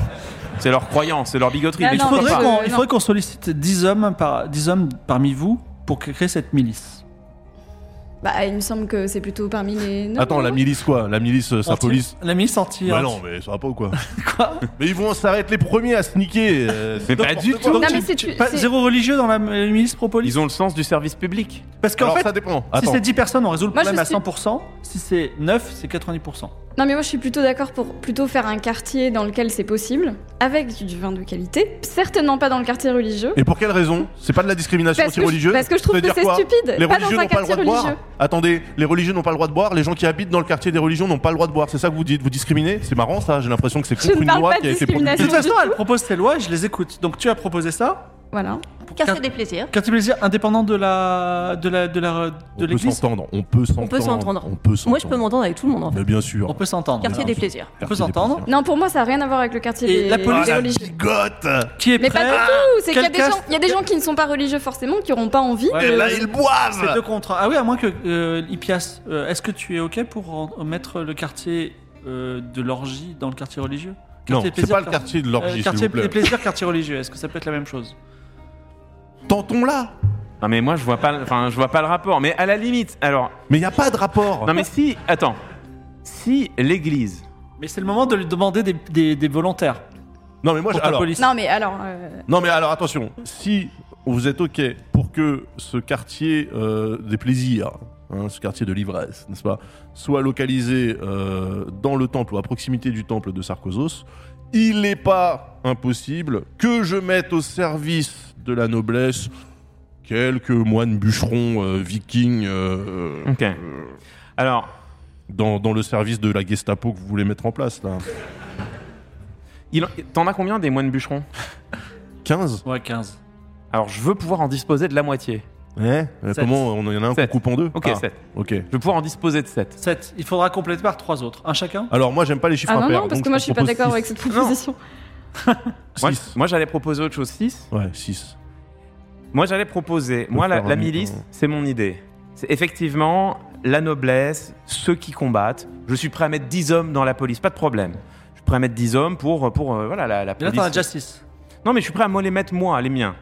[SPEAKER 2] C'est leur croyance, c'est leur bigoterie.
[SPEAKER 5] Ah
[SPEAKER 2] mais
[SPEAKER 5] non,
[SPEAKER 2] tu peux
[SPEAKER 1] faudrait
[SPEAKER 5] mais
[SPEAKER 2] pas.
[SPEAKER 5] je-
[SPEAKER 1] qu'on-
[SPEAKER 5] euh,
[SPEAKER 1] il
[SPEAKER 5] non.
[SPEAKER 1] faudrait qu'on sollicite 10 hommes, par, 10 hommes parmi vous pour créer cette milice.
[SPEAKER 5] Bah, il me semble que c'est plutôt parmi les. non,
[SPEAKER 4] Attends,
[SPEAKER 5] non,
[SPEAKER 4] la
[SPEAKER 5] non.
[SPEAKER 4] milice quoi La milice, euh, sa
[SPEAKER 1] Anti-
[SPEAKER 4] police
[SPEAKER 1] La milice anti
[SPEAKER 4] Bah
[SPEAKER 1] anti-
[SPEAKER 4] non, mais ça va pas ou quoi
[SPEAKER 1] Quoi
[SPEAKER 4] Mais ils vont s'arrêter les premiers à se niquer. euh, c'est
[SPEAKER 2] Mais pas
[SPEAKER 4] n'importe
[SPEAKER 2] du
[SPEAKER 4] quoi.
[SPEAKER 2] tout.
[SPEAKER 5] Non,
[SPEAKER 1] Donc,
[SPEAKER 5] mais
[SPEAKER 1] tu-
[SPEAKER 5] c'est-
[SPEAKER 1] tu- pas-
[SPEAKER 5] c'est-
[SPEAKER 1] Zéro religieux dans la la milice pro-police
[SPEAKER 2] Ils ont le sens du service public.
[SPEAKER 1] Parce qu'en
[SPEAKER 4] Alors,
[SPEAKER 1] fait,
[SPEAKER 4] ça dépend.
[SPEAKER 1] si
[SPEAKER 4] Attends.
[SPEAKER 1] c'est 10 personnes, on résout le
[SPEAKER 5] Moi, je
[SPEAKER 1] problème à
[SPEAKER 5] suis-
[SPEAKER 1] 100%. Si c'est 9, c'est 90%.
[SPEAKER 5] Non, mais moi je suis plutôt d'accord pour plutôt faire un quartier dans lequel c'est possible, avec du vin de qualité. Certainement pas dans le quartier religieux.
[SPEAKER 4] Et pour quelle raison C'est pas de la discrimination
[SPEAKER 5] Parce que, je,
[SPEAKER 4] anti-religieuse
[SPEAKER 5] parce que je trouve
[SPEAKER 4] Ça veut
[SPEAKER 5] que
[SPEAKER 4] dire
[SPEAKER 5] c'est
[SPEAKER 4] quoi
[SPEAKER 5] stupide.
[SPEAKER 4] Les
[SPEAKER 5] pas dans
[SPEAKER 4] religieux
[SPEAKER 5] un
[SPEAKER 4] n'ont pas le
[SPEAKER 5] quartier
[SPEAKER 4] droit de boire.
[SPEAKER 5] religieux.
[SPEAKER 4] Attendez, les religieux n'ont pas le droit de boire. Les gens qui habitent dans le quartier des religions n'ont pas le droit de boire. C'est ça que vous dites Vous discriminez C'est marrant ça. J'ai l'impression que c'est
[SPEAKER 5] Je
[SPEAKER 4] contre
[SPEAKER 5] ne
[SPEAKER 4] une
[SPEAKER 5] parle
[SPEAKER 4] loi
[SPEAKER 5] pas
[SPEAKER 4] qui
[SPEAKER 5] de
[SPEAKER 4] a été promulguée.
[SPEAKER 5] discrimination.
[SPEAKER 1] De toute façon,
[SPEAKER 5] du
[SPEAKER 1] elle propose ses lois et je les écoute. Donc tu as proposé ça
[SPEAKER 5] Voilà.
[SPEAKER 1] pour
[SPEAKER 3] Quartier
[SPEAKER 1] qu'un-
[SPEAKER 3] des plaisirs.
[SPEAKER 1] Quartier plaisir indépendant de la de la de la de
[SPEAKER 4] On peut
[SPEAKER 1] l'église.
[SPEAKER 4] s'entendre. On peut s'entendre.
[SPEAKER 3] s'entendre.
[SPEAKER 4] On peut
[SPEAKER 3] Moi, je peux
[SPEAKER 4] s'entendre.
[SPEAKER 3] m'entendre avec tout le monde en fait.
[SPEAKER 4] Mais bien sûr.
[SPEAKER 1] On peut s'entendre.
[SPEAKER 3] Quartier des plaisirs.
[SPEAKER 1] On peut s'entendre.
[SPEAKER 5] Non, pour moi ça n'a rien à voir avec le quartier
[SPEAKER 1] Et
[SPEAKER 5] des,
[SPEAKER 1] la police-
[SPEAKER 5] des
[SPEAKER 4] Ah, la
[SPEAKER 5] religieux.
[SPEAKER 4] bigote
[SPEAKER 1] Qui est
[SPEAKER 5] Mais
[SPEAKER 1] prêt
[SPEAKER 5] pas du tout. C'est qu'il y a des
[SPEAKER 1] Quelqu'un-
[SPEAKER 5] gens, il y a des gens qui ne sont pas religieux forcément, qui n'auront pas envie.
[SPEAKER 1] Ouais,
[SPEAKER 4] Et
[SPEAKER 1] mais
[SPEAKER 4] là,
[SPEAKER 1] c'est-
[SPEAKER 4] ils boivent
[SPEAKER 1] c'est deux contre un. Ah oui, à moins que euh, Ipias, euh, est-ce que tu es ok pour en- mettre le quartier euh, de l'orgie dans le quartier religieux
[SPEAKER 4] Non,
[SPEAKER 1] Quartier des
[SPEAKER 4] c'est
[SPEAKER 1] plaisirs,
[SPEAKER 4] pas le quartier de
[SPEAKER 1] euh,
[SPEAKER 4] l'orgie, s'il
[SPEAKER 1] quartier
[SPEAKER 4] vous
[SPEAKER 1] des
[SPEAKER 4] plaît.
[SPEAKER 1] plaisirs, quartier religieux. Est-ce que ça peut être la même chose
[SPEAKER 4] Tentons là
[SPEAKER 2] Non mais moi je vois pas, enfin je vois pas le rapport. Mais à la limite, alors
[SPEAKER 4] Mais il n'y a pas de rapport
[SPEAKER 2] non mais si, attends, si l'Église,
[SPEAKER 1] Mais c'est le moment de lui demander des, des- des volontaires
[SPEAKER 4] Non, mais moi,
[SPEAKER 1] pour
[SPEAKER 4] je-
[SPEAKER 1] ta
[SPEAKER 4] alors,
[SPEAKER 1] police.
[SPEAKER 5] Non, mais alors. euh,
[SPEAKER 4] non, mais alors attention, si vous êtes OK pour que ce quartier euh, des plaisirs, hein, ce quartier de l'ivresse, n'est-ce pas, soit localisé euh, dans le temple ou à proximité du temple de Sarkozos, il n'est pas impossible que je mette au service de la noblesse quelques moines bûcherons euh, vikings. euh,
[SPEAKER 2] ok. Alors,
[SPEAKER 4] dans, dans le service de la Gestapo que vous voulez mettre en place, là.
[SPEAKER 2] il en- t'en as combien des moines bûcherons
[SPEAKER 4] 15
[SPEAKER 1] Ouais, 15.
[SPEAKER 2] Alors, je veux pouvoir en disposer de la moitié.
[SPEAKER 4] Ouais. Euh,
[SPEAKER 2] Sept.
[SPEAKER 4] Comment on- Il y en a un qu'on
[SPEAKER 2] Sept.
[SPEAKER 4] coupe en deux
[SPEAKER 2] Ok,
[SPEAKER 4] Ah,
[SPEAKER 2] 7.
[SPEAKER 4] Ok.
[SPEAKER 2] Je veux pouvoir en disposer de 7.
[SPEAKER 1] 7. Il faudra compléter par 3 autres. Un chacun
[SPEAKER 4] Alors, moi, j'aime pas les chiffres
[SPEAKER 5] Ah non,
[SPEAKER 4] impairs.
[SPEAKER 5] non, parce
[SPEAKER 4] donc
[SPEAKER 5] que moi je suis pas
[SPEAKER 4] propose
[SPEAKER 5] d'accord
[SPEAKER 4] six.
[SPEAKER 5] avec cette proposition.
[SPEAKER 2] Moi,
[SPEAKER 4] Six.
[SPEAKER 2] moi, j'allais proposer autre chose, 6.
[SPEAKER 4] Ouais, 6.
[SPEAKER 2] Moi, j'allais proposer. Moi, la,
[SPEAKER 4] faire
[SPEAKER 2] la
[SPEAKER 4] un
[SPEAKER 2] milice,
[SPEAKER 4] mi-temps.
[SPEAKER 2] c'est mon idée. C'est effectivement la noblesse, ceux qui combattent. Je suis prêt à mettre 10 hommes dans la police, pas de problème. Je suis prêt à mettre 10 hommes pour, pour euh, voilà, la, la
[SPEAKER 1] Et là,
[SPEAKER 2] police.
[SPEAKER 1] t'en as déjà 6.
[SPEAKER 2] Non, mais je suis prêt à me les mettre moi, les miens.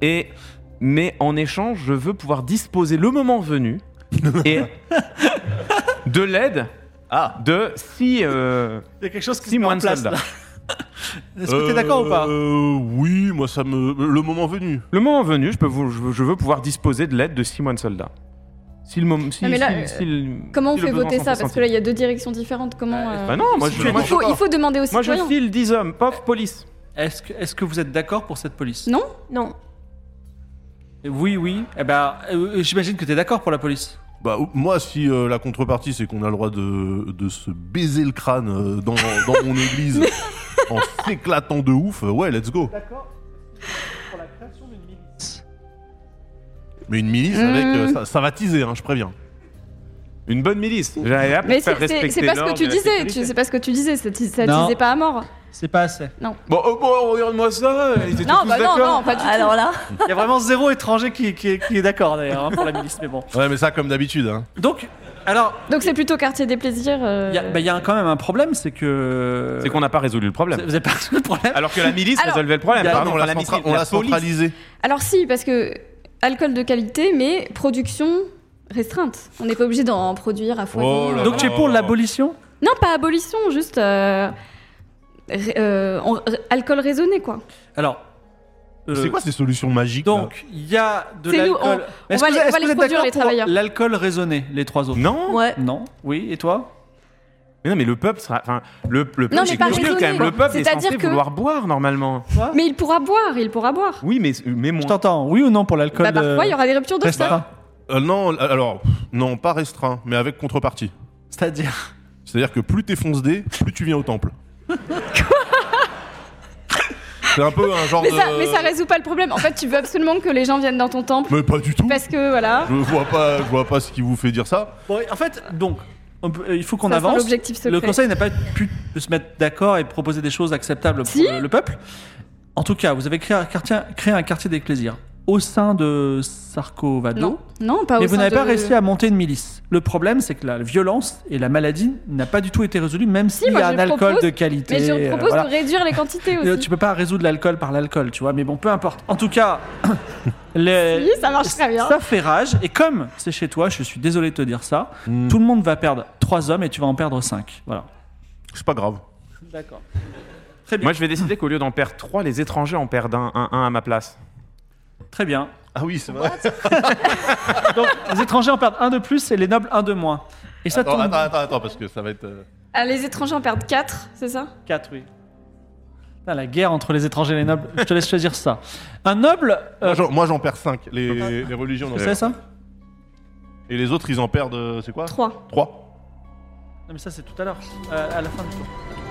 [SPEAKER 2] Et mais en échange, je veux pouvoir disposer le moment venu et de l'aide
[SPEAKER 4] Ah.
[SPEAKER 2] de si euh,
[SPEAKER 1] Il y a quelque chose qui
[SPEAKER 2] si
[SPEAKER 1] se met
[SPEAKER 2] moins
[SPEAKER 1] en
[SPEAKER 2] de
[SPEAKER 1] place.
[SPEAKER 2] soldats.
[SPEAKER 1] là. Est-ce que t'es d'accord ou pas
[SPEAKER 4] Euh, Oui, moi, ça me. Le moment venu.
[SPEAKER 2] Le moment venu, je peux vous, je, veux- je veux pouvoir disposer de l'aide de six moines soldats. Si le moment, si,
[SPEAKER 5] Non, mais là,
[SPEAKER 2] si-
[SPEAKER 5] euh,
[SPEAKER 2] si le-
[SPEAKER 5] Comment on
[SPEAKER 2] si le
[SPEAKER 5] fait
[SPEAKER 2] besoin
[SPEAKER 5] voter
[SPEAKER 2] s'en
[SPEAKER 5] ça
[SPEAKER 2] fait
[SPEAKER 5] Parce que
[SPEAKER 2] sentir.
[SPEAKER 5] là il y a deux directions différentes. Comment euh,
[SPEAKER 2] Bah non, moi je, moi,
[SPEAKER 5] il, faut,
[SPEAKER 2] je-
[SPEAKER 5] il faut demander aux
[SPEAKER 2] moi, je
[SPEAKER 5] citoyens.
[SPEAKER 2] file 10 hommes, pof, police.
[SPEAKER 1] Est-ce que, est-ce que vous êtes d'accord pour cette police
[SPEAKER 5] Non.
[SPEAKER 3] Non.
[SPEAKER 1] Oui, oui. Eh ben, euh, j'imagine que t'es d'accord pour la police.
[SPEAKER 4] Bah, ou- moi, si euh, la contrepartie, c'est qu'on a le droit de, de se baiser le crâne euh, dans, dans mon église en s'éclatant de ouf, euh, ouais, let's go.
[SPEAKER 6] D'accord pour la création d'une milice.
[SPEAKER 4] Mais une milice avec.
[SPEAKER 5] Mmh.
[SPEAKER 4] euh, ça, ça va teaser, hein, je préviens.
[SPEAKER 2] Une bonne milice. J'avais là pour
[SPEAKER 5] Mais c'est
[SPEAKER 2] faire
[SPEAKER 5] c'est-
[SPEAKER 2] respecter
[SPEAKER 5] c'est pas ce que
[SPEAKER 2] l'ordre
[SPEAKER 5] tu
[SPEAKER 2] et la
[SPEAKER 5] disais.
[SPEAKER 2] sécurité.
[SPEAKER 5] tu- C'est pas ce que tu disais. Ça te- ça te
[SPEAKER 1] Non.
[SPEAKER 5] disait pas à mort.
[SPEAKER 6] C'est pas assez.
[SPEAKER 2] Bon, oh, bon, regarde-moi ça. Ils étaient
[SPEAKER 5] Non,
[SPEAKER 2] tous
[SPEAKER 5] bah non,
[SPEAKER 2] d'accord.
[SPEAKER 5] non, pas du tout.
[SPEAKER 3] Alors là,
[SPEAKER 1] Il y a vraiment zéro étranger qui, qui, qui est d'accord d'ailleurs hein, pour la milice, mais bon.
[SPEAKER 4] Ouais, mais ça, comme d'habitude. Hein.
[SPEAKER 1] Donc, alors,
[SPEAKER 5] Donc c'est plutôt quartier des plaisirs. euh,
[SPEAKER 1] il y, a- bah, il y a quand même un problème, c'est que.
[SPEAKER 2] C'est qu'on n'a pas résolu le
[SPEAKER 1] Vous
[SPEAKER 2] problème.
[SPEAKER 1] avez pas résolu le problème
[SPEAKER 2] Alors que la milice
[SPEAKER 5] Alors-
[SPEAKER 2] résolvait le problème.
[SPEAKER 1] Il y a-
[SPEAKER 4] Ah
[SPEAKER 2] Pardon,
[SPEAKER 4] non, on
[SPEAKER 2] enfin,
[SPEAKER 4] l'a
[SPEAKER 2] milice,
[SPEAKER 4] centra- on
[SPEAKER 2] la
[SPEAKER 4] l'a
[SPEAKER 2] police.
[SPEAKER 4] centralisé.
[SPEAKER 5] Alors si, parce que alcool de qualité, mais production restreinte. On n'est pas obligé d'en produire à foison.
[SPEAKER 4] Oh là
[SPEAKER 1] Donc, tu es pour l'abolition
[SPEAKER 5] Non, pas abolition, juste euh, ré- euh, en- r- alcool raisonné, quoi.
[SPEAKER 1] Alors. euh,
[SPEAKER 4] C'est quoi ces solutions magiques là
[SPEAKER 1] Donc, il y a de
[SPEAKER 5] C'est nous,
[SPEAKER 1] l'alcool. Est-ce
[SPEAKER 5] on- on va
[SPEAKER 1] que vous-
[SPEAKER 5] les- on
[SPEAKER 1] est-ce
[SPEAKER 5] va
[SPEAKER 1] que
[SPEAKER 5] les
[SPEAKER 1] vous êtes
[SPEAKER 5] produire,
[SPEAKER 1] d'accord
[SPEAKER 5] les
[SPEAKER 1] pour
[SPEAKER 5] travailleurs.
[SPEAKER 1] L'alcool raisonné, les trois autres
[SPEAKER 2] Non.
[SPEAKER 3] ouais.
[SPEAKER 1] Non Oui, et toi
[SPEAKER 2] Mais non, mais le peuple sera. Enfin, le, le peuple
[SPEAKER 5] Non, mais
[SPEAKER 2] est
[SPEAKER 5] pas
[SPEAKER 2] curieux, quand
[SPEAKER 5] raisonné.
[SPEAKER 2] même. Le peuple est,
[SPEAKER 5] C'est-à-dire
[SPEAKER 2] censé
[SPEAKER 5] que-
[SPEAKER 2] vouloir boire normalement.
[SPEAKER 5] Mais il pourra boire, il pourra boire.
[SPEAKER 2] Oui, mais, mais
[SPEAKER 1] Je
[SPEAKER 2] moins.
[SPEAKER 1] t'entends, oui ou non pour l'alcool
[SPEAKER 5] Bah, parfois, il y aura hein. des ruptures de
[SPEAKER 1] restera
[SPEAKER 5] ça.
[SPEAKER 4] Euh, Non, alors, pff, non, pas restreint, mais avec contrepartie.
[SPEAKER 1] C'est-à-dire.
[SPEAKER 4] C'est-à-dire que plus t'es foncedé, plus tu viens au temple. C'est un peu un genre
[SPEAKER 5] Mais
[SPEAKER 4] de.
[SPEAKER 5] ça, mais ça résout pas le problème. En fait, tu veux absolument que les gens viennent dans ton temple
[SPEAKER 4] Mais pas du tout.
[SPEAKER 5] parce que voilà.
[SPEAKER 4] Je vois pas, je vois pas ce qui vous fait dire ça.
[SPEAKER 1] Bon, en fait, donc, on peut- euh, il faut qu'on
[SPEAKER 5] Ça sera
[SPEAKER 1] avance.
[SPEAKER 5] l'objectif secret.
[SPEAKER 1] Le conseil n'a pas pu se mettre d'accord et proposer des choses acceptables pour
[SPEAKER 5] Si.
[SPEAKER 1] le, le peuple. En tout cas, vous avez créé un quartier, créé un quartier des plaisirs au sein de Sarkovado.
[SPEAKER 5] Non, non, pas
[SPEAKER 1] Mais
[SPEAKER 5] au
[SPEAKER 1] vous
[SPEAKER 5] sein
[SPEAKER 1] n'avez pas
[SPEAKER 5] de-
[SPEAKER 1] réussi à monter une milice. Le problème, c'est que la violence et la maladie n'a pas du tout été résolue, même s'il y
[SPEAKER 5] moi,
[SPEAKER 1] a
[SPEAKER 5] je
[SPEAKER 1] un alcool
[SPEAKER 5] propose-
[SPEAKER 1] de qualité.
[SPEAKER 5] Mais je
[SPEAKER 1] euh,
[SPEAKER 5] propose
[SPEAKER 1] voilà.
[SPEAKER 5] de réduire les quantités
[SPEAKER 1] Euh,
[SPEAKER 5] aussi.
[SPEAKER 1] Tu peux pas résoudre l'alcool par l'alcool, tu vois. Mais bon, peu importe. En tout cas, les-
[SPEAKER 5] Oui, ça marche très bien.
[SPEAKER 1] ça fait rage. Et comme c'est chez toi, je suis désolé de te dire ça.
[SPEAKER 4] Hmm.
[SPEAKER 1] Tout le monde va perdre 3 hommes et tu vas en perdre 5. Voilà.
[SPEAKER 4] C'est pas grave.
[SPEAKER 1] D'accord. Très bien.
[SPEAKER 2] Moi, je vais décider qu'au lieu d'en perdre trois, les étrangers en perdent un, un, un à ma place.
[SPEAKER 1] Très bien.
[SPEAKER 4] Ah oui, c'est vrai.
[SPEAKER 1] Donc, les étrangers en perdent un de plus et les nobles un de moins. Et ça
[SPEAKER 4] Attends,
[SPEAKER 1] tombe
[SPEAKER 4] attends, attends, attends, parce que ça va être. euh,
[SPEAKER 5] Ah, les étrangers en perdent 4, c'est ça
[SPEAKER 1] 4, oui. Putain, la guerre entre les étrangers et les nobles. je te laisse choisir ça. Un noble. euh,
[SPEAKER 4] Moi, j'en- Moi, j'en perds 5. Les, les religions, non.
[SPEAKER 1] tu sais ça
[SPEAKER 4] Et les autres, ils en perdent, euh, c'est quoi
[SPEAKER 5] 3.
[SPEAKER 4] 3.
[SPEAKER 1] Non, mais ça, c'est tout à l'heure, euh, à la fin du tour.